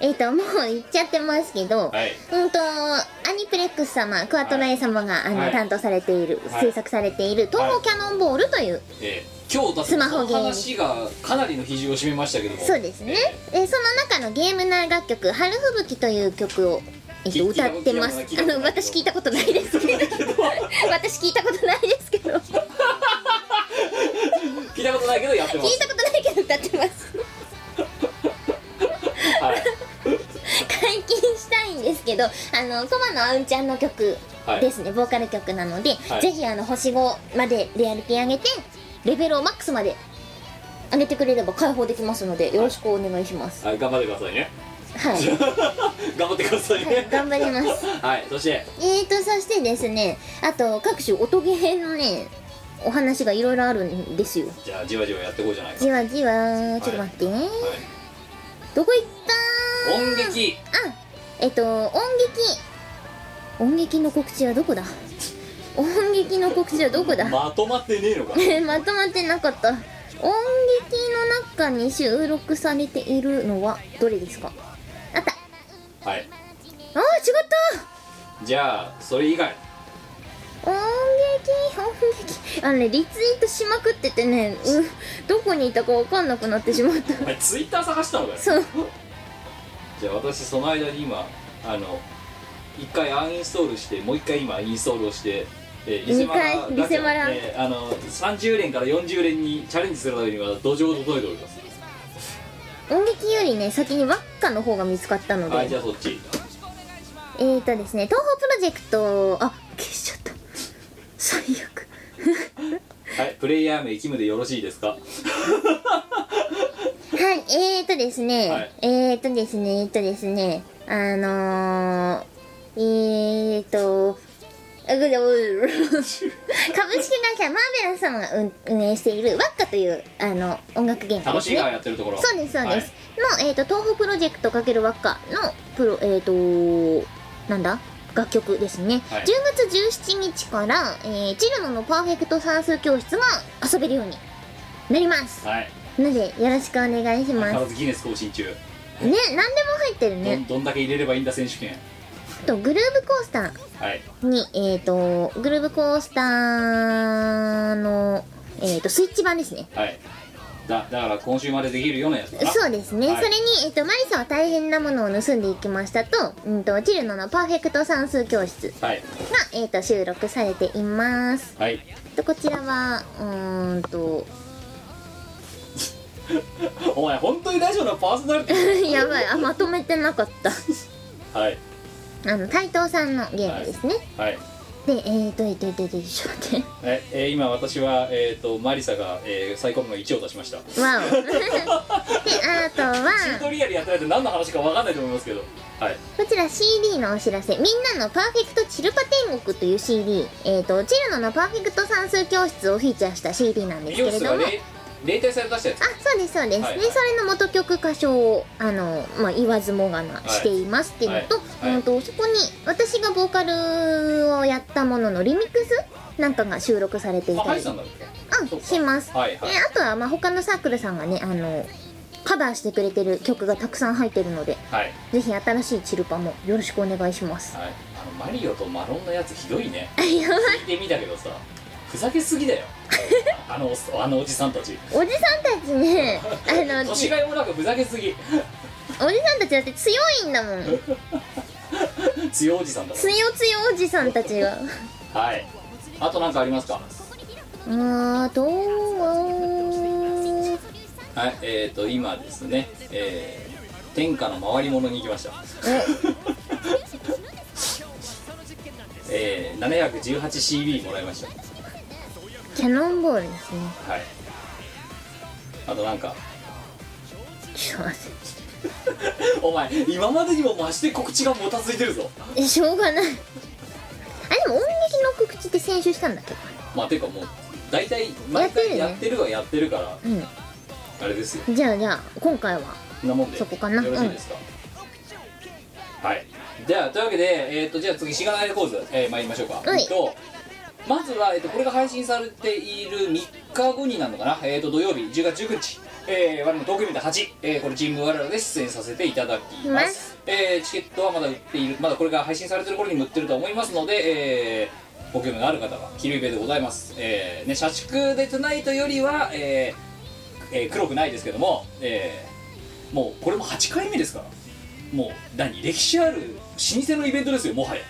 Speaker 2: えっ、ともう言っちゃってますけど、
Speaker 1: はい、
Speaker 2: うんとアニプレックス様クワトライ様が、あの、
Speaker 1: はい
Speaker 2: 担当されている、
Speaker 1: はい
Speaker 2: 制作されている「東
Speaker 1: は
Speaker 2: 方
Speaker 1: い
Speaker 2: キャノンボール」という、
Speaker 1: えー、今日だって
Speaker 2: スマホゲーム
Speaker 1: この話がかなりの比重を占めましたけども、
Speaker 2: そうですね、えその中のゲーム内楽曲「春吹雪」という曲を、えっと
Speaker 1: 聞い
Speaker 2: 歌ってます
Speaker 1: 聞い
Speaker 2: あ
Speaker 1: たことない
Speaker 2: の私聞いたことないです けど私聞いたことないですけど聞い
Speaker 1: 聞いたことないけどやってます。
Speaker 2: たことないけど歌ってます
Speaker 1: はい、
Speaker 2: 解禁したいんですけどあのコマのあうんちゃんの曲
Speaker 1: はい
Speaker 2: ですね、ボーカル曲なので、
Speaker 1: はい
Speaker 2: ぜひあの星5までレアルピ上げてレベルをマックスまで上げてくれれば解放できますのでよろしくお願いします
Speaker 1: はい、頑張ってくださいね。
Speaker 2: はい、
Speaker 1: 頑張ってください
Speaker 2: はい
Speaker 1: ね。
Speaker 2: 頑張ります
Speaker 1: はい、そして、
Speaker 2: えーと、そしてですね、あと各種音ゲーのね、お話がいろいろあるんですよ。
Speaker 1: じゃあじわじわやっていこうじゃないか。
Speaker 2: じわじわ、ちょっと待ってね。
Speaker 1: は
Speaker 2: どこ行った
Speaker 1: い、音劇、
Speaker 2: あ、えっと、音劇。音劇の告知はどこだ音劇の告知はどこだ、
Speaker 1: まとまってねえのか。
Speaker 2: まとまってなかった。音劇の中に収録されているのはどれですかあった。
Speaker 1: はい、
Speaker 2: あー、違った
Speaker 1: じゃあそれ以外、
Speaker 2: 音劇音劇あのねリツイートしまくっててねうんどこにいたかわかんなくなってし まった
Speaker 1: お前ツイッター探したのかよ。
Speaker 2: そう
Speaker 1: じゃあ私その間に今あの一回アンインストールしてもう一回今インストールをして、えーリセマラ
Speaker 2: 二回リセマラ
Speaker 1: えーあの30連から40連にチャレンジするためには土壌を整えております
Speaker 2: 音劇よりね先に輪っかの方が見つかったので、
Speaker 1: はいじゃあそっち
Speaker 2: えーとですね東宝プロジェクトあ消しちゃった最悪
Speaker 1: はいプレイヤー名キムでよろしいですか
Speaker 2: はいえーとですね、
Speaker 1: はい
Speaker 2: えーとですねえーとですねあのー、えーとあぐだうう 株式会社マーベラス様が運運営している輪っかというあの音楽ゲームです
Speaker 1: 楽し
Speaker 2: ね
Speaker 1: いからやってるところ
Speaker 2: そうですそうです、の、えー、と東宝プロジェクト×輪っかのプロえっ、となんだ楽曲ですね、
Speaker 1: はい
Speaker 2: 10月17日から、えーチルノのパーフェクト算数教室が遊べるようになります
Speaker 1: はい、はい、
Speaker 2: のでよろしくお願いします
Speaker 1: 必
Speaker 2: ね
Speaker 1: ずギネス更新中
Speaker 2: 何でも入ってる
Speaker 1: ど
Speaker 2: ね
Speaker 1: んどんだけ入れればいいんだ選手権
Speaker 2: あとグルーブコースタ
Speaker 1: はい
Speaker 2: ーにえっ、とグルーブコースターのえっ、とスイッチ版ですね
Speaker 1: はいだだから今週までできるようなやつかな
Speaker 2: そうですね、
Speaker 1: はい
Speaker 2: それに、えっと、マリサは大変なものを盗んでいきましたと、うんと、チルノのパーフェクト算数教室
Speaker 1: はい
Speaker 2: が、えっと、収録されています。
Speaker 1: はい
Speaker 2: と、こちらは、うーんと、
Speaker 1: お前本当に大丈夫なパーソナリテ ィ
Speaker 2: やばい、あ、まとめてなかった。
Speaker 1: はい
Speaker 2: あの、斎藤さんのゲームですね。
Speaker 1: はい
Speaker 2: で、えっと、えっと、えっと、えっと、えっとちょっと待っ
Speaker 1: ええー今私は、えー、とマリサが、えー、最高分が1を出しましたチ
Speaker 2: て。わお。で、
Speaker 1: ュ
Speaker 2: あと
Speaker 1: ート
Speaker 2: は、
Speaker 1: リアルやってないと何の話か分かんないと思いますけどはい
Speaker 2: こちら CD のお知らせ。みんなのパーフェクトチルパ天国という CD。えっ、と、チルノのパーフェクト算数教室をフィーチャーした CD なんで
Speaker 1: 美
Speaker 2: すけ
Speaker 1: 容
Speaker 2: れ
Speaker 1: 室
Speaker 2: ど
Speaker 1: が
Speaker 2: も。
Speaker 1: れ冷体され出したやつ
Speaker 2: あそうですそうです、
Speaker 1: はい
Speaker 2: でそれの元曲歌唱をあの、まあ、言わずもがなしていますっていうのと,、
Speaker 1: はいはい
Speaker 2: うんとそこに私がボーカルをやったもののリミックスなんかが収録されてい
Speaker 1: あ
Speaker 2: た
Speaker 1: ハリ
Speaker 2: り
Speaker 1: さんだっ
Speaker 2: う
Speaker 1: そうんか
Speaker 2: します、
Speaker 1: はいはい
Speaker 2: であとは、まあ、他のサークルさんがねあのカバーしてくれてる曲がたくさん入ってるので
Speaker 1: けはい
Speaker 2: ぜひ新しいチルパもよろしくお願い します
Speaker 1: はいあのマリオとマロンのやつひどいね聞いてみたけどさふざけすぎ だよあのおっあのおじさんたち
Speaker 2: おじさんたち ねあのお
Speaker 1: 年
Speaker 2: じさ
Speaker 1: がいもなくふざけすぎ
Speaker 2: んたちだって強いんだもん
Speaker 1: 強いおじさんだ
Speaker 2: 強強おじさんたちが
Speaker 1: はいあと何かありますか
Speaker 2: あーどうは
Speaker 1: はいえー、と今ですね、えー天下の回り物に行きました えー、718CB もらいました
Speaker 2: キャノンボールですね
Speaker 1: はいあとなんか
Speaker 2: ちょっと待っ
Speaker 1: お前今までにも増して告知がもたついてるぞ
Speaker 2: てえしょうがないあでも音劇の告知って先週したんだっけ
Speaker 1: まあていうかもう大体毎回やってるはやってるから
Speaker 2: う
Speaker 1: あれですよ
Speaker 2: んじゃあじゃあ今 回は
Speaker 1: そんなもんで
Speaker 2: そこかな
Speaker 1: よろしいですか、はいじゃあというわけで、えー、とじゃあ次しがないレコーズ、えー、参りましょうか、
Speaker 2: はい
Speaker 1: えっとまずは、えっとこれが配信されている3日後になるのかな、えっと土曜日10月19日、えー、我々の東京イベント8、えーこれチーム我々で出演させていただきま
Speaker 2: ます
Speaker 1: えーチケットはまだ売っているまだこれが配信されてる頃にも売ってると思いますので、えーご興味のある方は昼イベでございます、えーね、社畜でトゥナイトよりは、えーえー黒くないですけども、えーもうこれも8回目ですからもう何歴史ある老舗のイベントですよもはや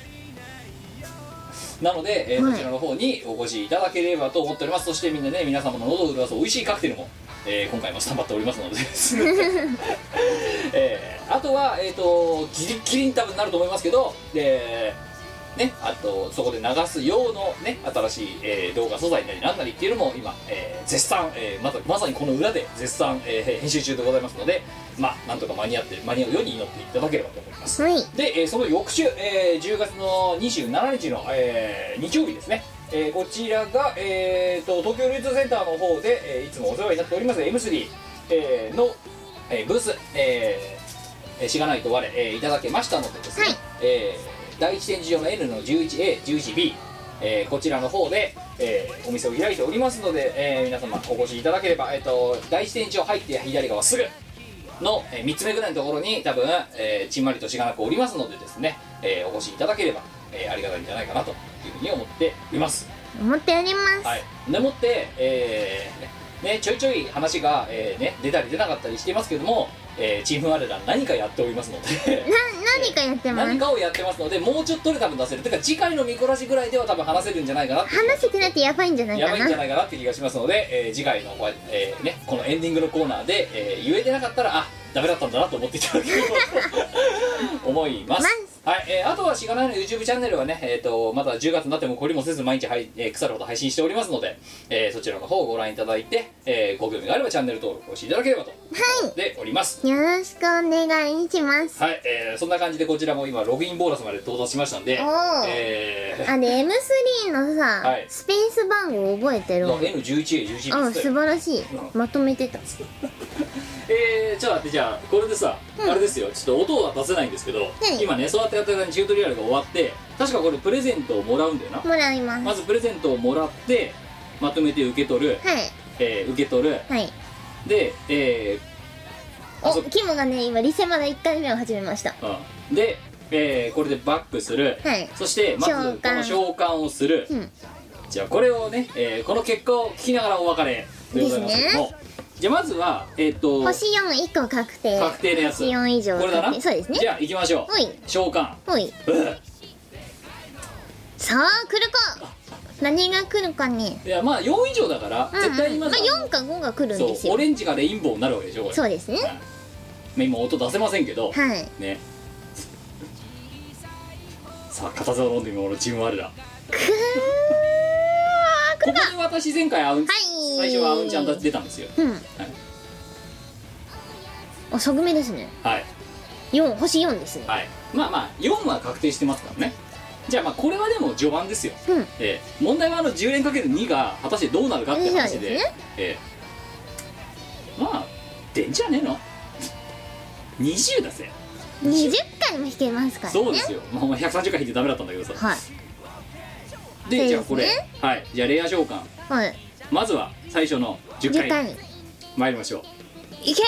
Speaker 1: なので、えー
Speaker 2: はい
Speaker 1: こちらの方にお越しいただければと思っておりますそしてみんなね皆様の喉を潤す美味しいカクテルも、えー今回もスタンバっておりますのでえーあとは、えー、とギリッギリに多分なると思いますけど、えーね、あとそこで流す用の、ね、新しい、えー動画素材なりなんなりっていうのも今、えー絶賛、えーまたまさにこの裏で絶賛、えー編集中でございますので、まあ、なんとか間に合って間に合うように祈っていただければと思います
Speaker 2: うんはい
Speaker 1: で、えーその翌週、えー10月の27日の、えー日曜日ですね、えーこちらが、えーと東京流通センターの方で、えーいつもお世話になっております M3、えーの、えーブース、えーえーしがないと我、えーいただけましたのでですね、
Speaker 2: はい
Speaker 1: えー第一展示場の N の 11A、11B、えーこちらの方で、えーお店を開いておりますので、えー皆様お越しいただければ、えー、と第一展示場入って左側すぐの、え3つ目ぐらいのところに多分、えーちんまりとしがなくおりますのでですね、えーお越しいただければ、えーありがたいんじゃないかなというふうに思っています。
Speaker 2: 思っております、
Speaker 1: はい、でもって、えーね、ちょいちょい話が、えーね、出たり出なかったりしていますけども、えーチーム我ら何かやっておりますので
Speaker 2: な何かやってます
Speaker 1: 何かをやってますのでもうちょっとで多分出せるてか次回の見こらしぐらいでは多分話せるんじゃないかなって
Speaker 2: 話せてないってやばいんじゃない
Speaker 1: や
Speaker 2: か
Speaker 1: ばい
Speaker 2: なん
Speaker 1: じゃないかなって気がしますので、えー次回のこ,、えーね、このエンディングのコーナーで、えー言えてなかったらあダメだったんだなと思っていただければと思います。
Speaker 2: ます
Speaker 1: はいえーあとはしがないの YouTube チャンネルはね、えー、とまだ10月になってもこりもせず毎日はい、えー腐るほど配信しておりますので、えーそちらの方をご覧いただいて、えーご興味があればチャンネル登録をしていただければと思っております。
Speaker 2: よろしくお願いします
Speaker 1: はい、えーそんな感じでこちらも今ログインボーナスまで到達しましたんで
Speaker 2: お、ー
Speaker 1: えー
Speaker 2: あれ M3 のさ、
Speaker 1: はい
Speaker 2: スペース番号覚えてる
Speaker 1: の N11A、11B
Speaker 2: あ素晴らしいまとめてた
Speaker 1: えー、ちょっと待ってじゃあこれでさ、あれですよちょっと音は出せないんですけど、
Speaker 2: 何
Speaker 1: 今ねそうやってやってる間にチュートリアルが終わって確かこれプレゼントをもらうんだよな、
Speaker 2: もらいます
Speaker 1: まずプレゼントをもらってまとめて受け取る、
Speaker 2: はい
Speaker 1: えー受け取る
Speaker 2: はい
Speaker 1: で、えあそ
Speaker 2: お
Speaker 1: う
Speaker 2: キムがね今リセマの1回目を始めました
Speaker 1: ーうんで、えーこれでバックする、
Speaker 2: はい
Speaker 1: そしてまずこの
Speaker 2: 召喚
Speaker 1: 召喚をする、
Speaker 2: うん
Speaker 1: じゃあこれをね、えーこの結果を聞きながらお別れでございますけども、じゃあまずはえっ、と
Speaker 2: 星41個確定
Speaker 1: 確定のやつ
Speaker 2: 星4以上
Speaker 1: これだな
Speaker 2: 確定そうですね
Speaker 1: じゃあ行きましょう
Speaker 2: ほい
Speaker 1: 召喚
Speaker 2: ほいさあ来るか何が来るかね
Speaker 1: いやまあ4以上だから、
Speaker 2: うんうん
Speaker 1: 絶対に
Speaker 2: ま
Speaker 1: ま
Speaker 2: あ
Speaker 1: だ、
Speaker 2: 4か5が来るんです
Speaker 1: そう
Speaker 2: よ
Speaker 1: オレンジがレインボーになるわけでしょこれ
Speaker 2: そうですね
Speaker 1: うん今音出せませんけど、
Speaker 2: はい
Speaker 1: ねさあ片手を飲んでみよう俺チーム我ら
Speaker 2: くーあー
Speaker 1: こ
Speaker 2: 来
Speaker 1: こ
Speaker 2: るか
Speaker 1: で私前回あうん、
Speaker 2: はい
Speaker 1: 最初はあうんちゃんたち出たんですよ
Speaker 2: うんあ作目ですね
Speaker 1: はい
Speaker 2: 4星4ですね
Speaker 1: はいまあまあ4は確定してますからねじゃあまあこれはでも序盤ですよ、
Speaker 2: うん
Speaker 1: ええ問題はあの10連かける2が果たしてどうなるかって話
Speaker 2: そう
Speaker 1: で
Speaker 2: ですね
Speaker 1: ええまあ出んじゃねえの20だぜ
Speaker 2: 20回も弾けますからね
Speaker 1: そうですよ、まあ、まあ130回引いてダメだったんだけどさ
Speaker 2: はい
Speaker 1: でじゃあこれ、
Speaker 2: そうです
Speaker 1: はいじゃあレア召喚
Speaker 2: はい
Speaker 1: まずは最初の10
Speaker 2: 10
Speaker 1: 回
Speaker 2: 回
Speaker 1: 参りましょう
Speaker 2: いけ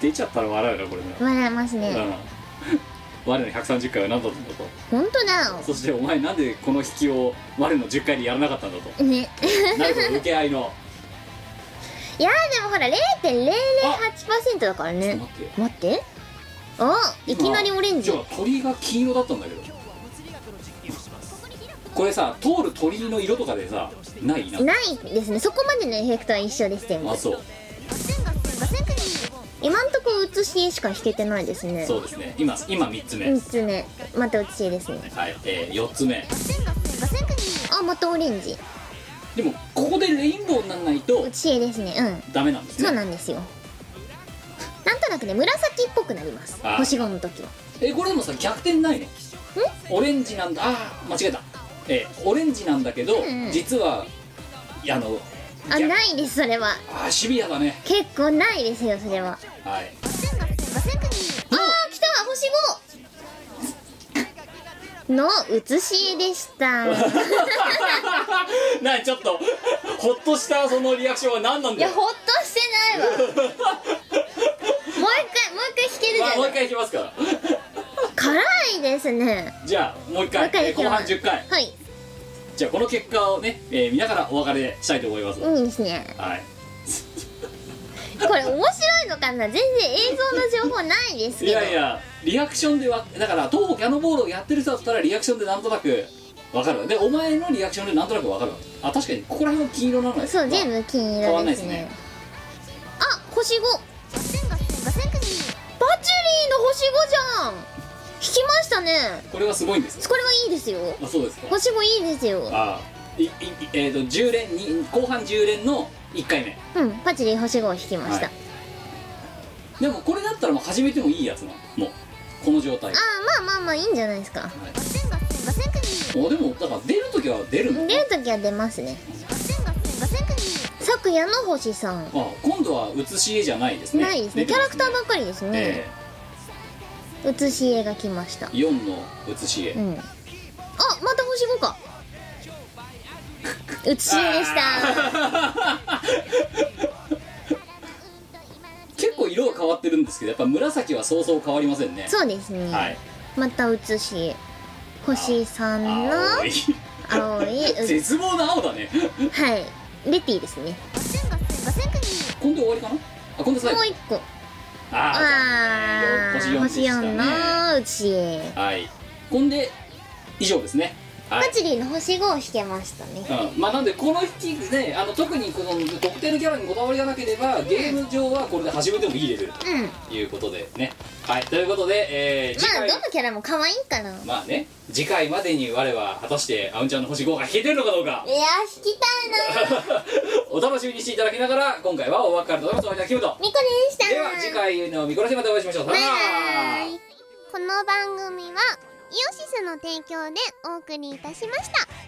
Speaker 1: 出ちゃったら笑うなこれね、
Speaker 2: 笑えます
Speaker 1: う
Speaker 2: ね
Speaker 1: ん、我の130回は何だったんだと
Speaker 2: 本当だ
Speaker 1: そしてお前なんでこの引きを我の10回でやらなかったんだ と
Speaker 2: よね
Speaker 1: なるほど受け合いの
Speaker 2: いやーでもほら0.008%だから
Speaker 1: ちょっ
Speaker 2: ね
Speaker 1: と待って
Speaker 2: 待っておいきなりオレン
Speaker 1: じ
Speaker 2: ジ
Speaker 1: ゃあ鳥が黄色だったんだけどこれさ通る鳥の色とかでさないな
Speaker 2: ないですねそこまでのエフェクトは一緒ですよ
Speaker 1: あそう
Speaker 2: ガセンクニー今んとこ写ししか弾けてないですね
Speaker 1: そうですね今今3つ目、
Speaker 2: 3つ目また写しですね
Speaker 1: はい、えー、4つ目
Speaker 2: あまたオレンジ
Speaker 1: でもここでレインボーにならないと
Speaker 2: 写しですねうん
Speaker 1: ダメなんですね
Speaker 2: そうなんですよなんとなくね紫っぽくなります
Speaker 1: あ
Speaker 2: 星5の時は
Speaker 1: えこれでもさ逆転ないねオレンジなんだあー間違えたえーオレンジなんだけど、
Speaker 2: んうん
Speaker 1: 実はいやあの
Speaker 2: あ
Speaker 1: 逆
Speaker 2: ないですそれは
Speaker 1: あーシビアだね
Speaker 2: 結構ないですよそれは
Speaker 1: はい
Speaker 2: あー来た星5の写し絵でし たい
Speaker 1: なちょっとほっとしたそのリアクションは何なんだ
Speaker 3: や
Speaker 1: よ
Speaker 3: ほっとしてない わもう一回もう一回弾けるじ
Speaker 1: まあ、もう
Speaker 3: ゃ
Speaker 1: 一
Speaker 3: ん
Speaker 1: 回いきますから
Speaker 2: 辛いですね
Speaker 1: じゃあもう一回
Speaker 2: もう一回
Speaker 1: えー後半10回
Speaker 2: はい
Speaker 1: じゃあこの結果をね、えー見ながらお別れしたいと思います、
Speaker 2: いいですね
Speaker 1: はい
Speaker 2: これ面白いのかな全然映像の情報ないですけ
Speaker 1: い
Speaker 2: ど
Speaker 1: やいやリアクションでわだから東方キャノンボールをやってる人だったらリアクションでなんとなくわかるわでお前のリアクションでなんとなくわかるわあ確かにここら辺は金色なのね
Speaker 2: そう全
Speaker 1: ま
Speaker 2: 部金
Speaker 1: 変わ
Speaker 2: 色
Speaker 1: んな
Speaker 2: で
Speaker 1: いですす
Speaker 2: ね
Speaker 1: ね
Speaker 2: あ星5バチュリーの星5じゃん引きましたね
Speaker 1: あこれはすごいんですよ
Speaker 2: これはいいですよ
Speaker 1: あそうですか
Speaker 2: 星5いいですよ
Speaker 1: ああいいいえー、と10連に後半10連の1回目
Speaker 2: うんパチュリー星5を引きました、
Speaker 1: はいでもこれだったらもう始めてもいいやつなのもうこの状態
Speaker 2: ああまあまあまあいいんじゃないですか
Speaker 1: おでもだから出るときは出るの
Speaker 2: 出るときは出ますね昨夜の星さん
Speaker 1: あ今度は写し絵じゃないですね
Speaker 2: ないですねキ
Speaker 1: 出
Speaker 2: ャ
Speaker 1: てま
Speaker 2: ラクターばっかりですね
Speaker 1: え
Speaker 2: 写、し絵が来まし
Speaker 1: え
Speaker 2: た
Speaker 1: 4の写し絵、
Speaker 2: うんあまた星5か写し絵でした
Speaker 1: 結構色は変わってるんですけどやっぱ紫はそうそう変わりませんね
Speaker 2: そうですね、
Speaker 1: はい
Speaker 2: また写し絵星さんの
Speaker 1: 青い
Speaker 2: 青い う
Speaker 1: 絶望な青だね
Speaker 2: はいレティですね
Speaker 1: こんで終わりかなあ今度最
Speaker 2: も
Speaker 1: 後
Speaker 2: う一個
Speaker 1: あ
Speaker 2: あ
Speaker 1: 残念
Speaker 2: ー
Speaker 1: 星
Speaker 2: 星
Speaker 1: 四でしたね
Speaker 2: 4の写し絵
Speaker 1: あはいこんで以上ですねは
Speaker 2: パ
Speaker 1: い
Speaker 2: チリの星5を引けましたね
Speaker 1: うん、まあなんでこの引きねあの特にこの特定のキャラにこだわりがなければゲーム上はこれで始めてもいいレベルと
Speaker 2: うん
Speaker 1: いうことでねはいということで、えー、次
Speaker 2: まあ
Speaker 1: 回
Speaker 2: どのキャラも可愛いからいや
Speaker 1: まあね次回までに我は果たしてあうんちゃんの星5が引けてるのかどうか
Speaker 2: 引きたいな
Speaker 1: お楽しみにしていただきながら今回はお別れとなりますお相手はキムと
Speaker 2: ミコでした
Speaker 1: では次回の見殺しまでお会いしましょうさよ
Speaker 2: バ
Speaker 1: なら
Speaker 2: イバイこの番組はイオシスの提供でお送りいたしました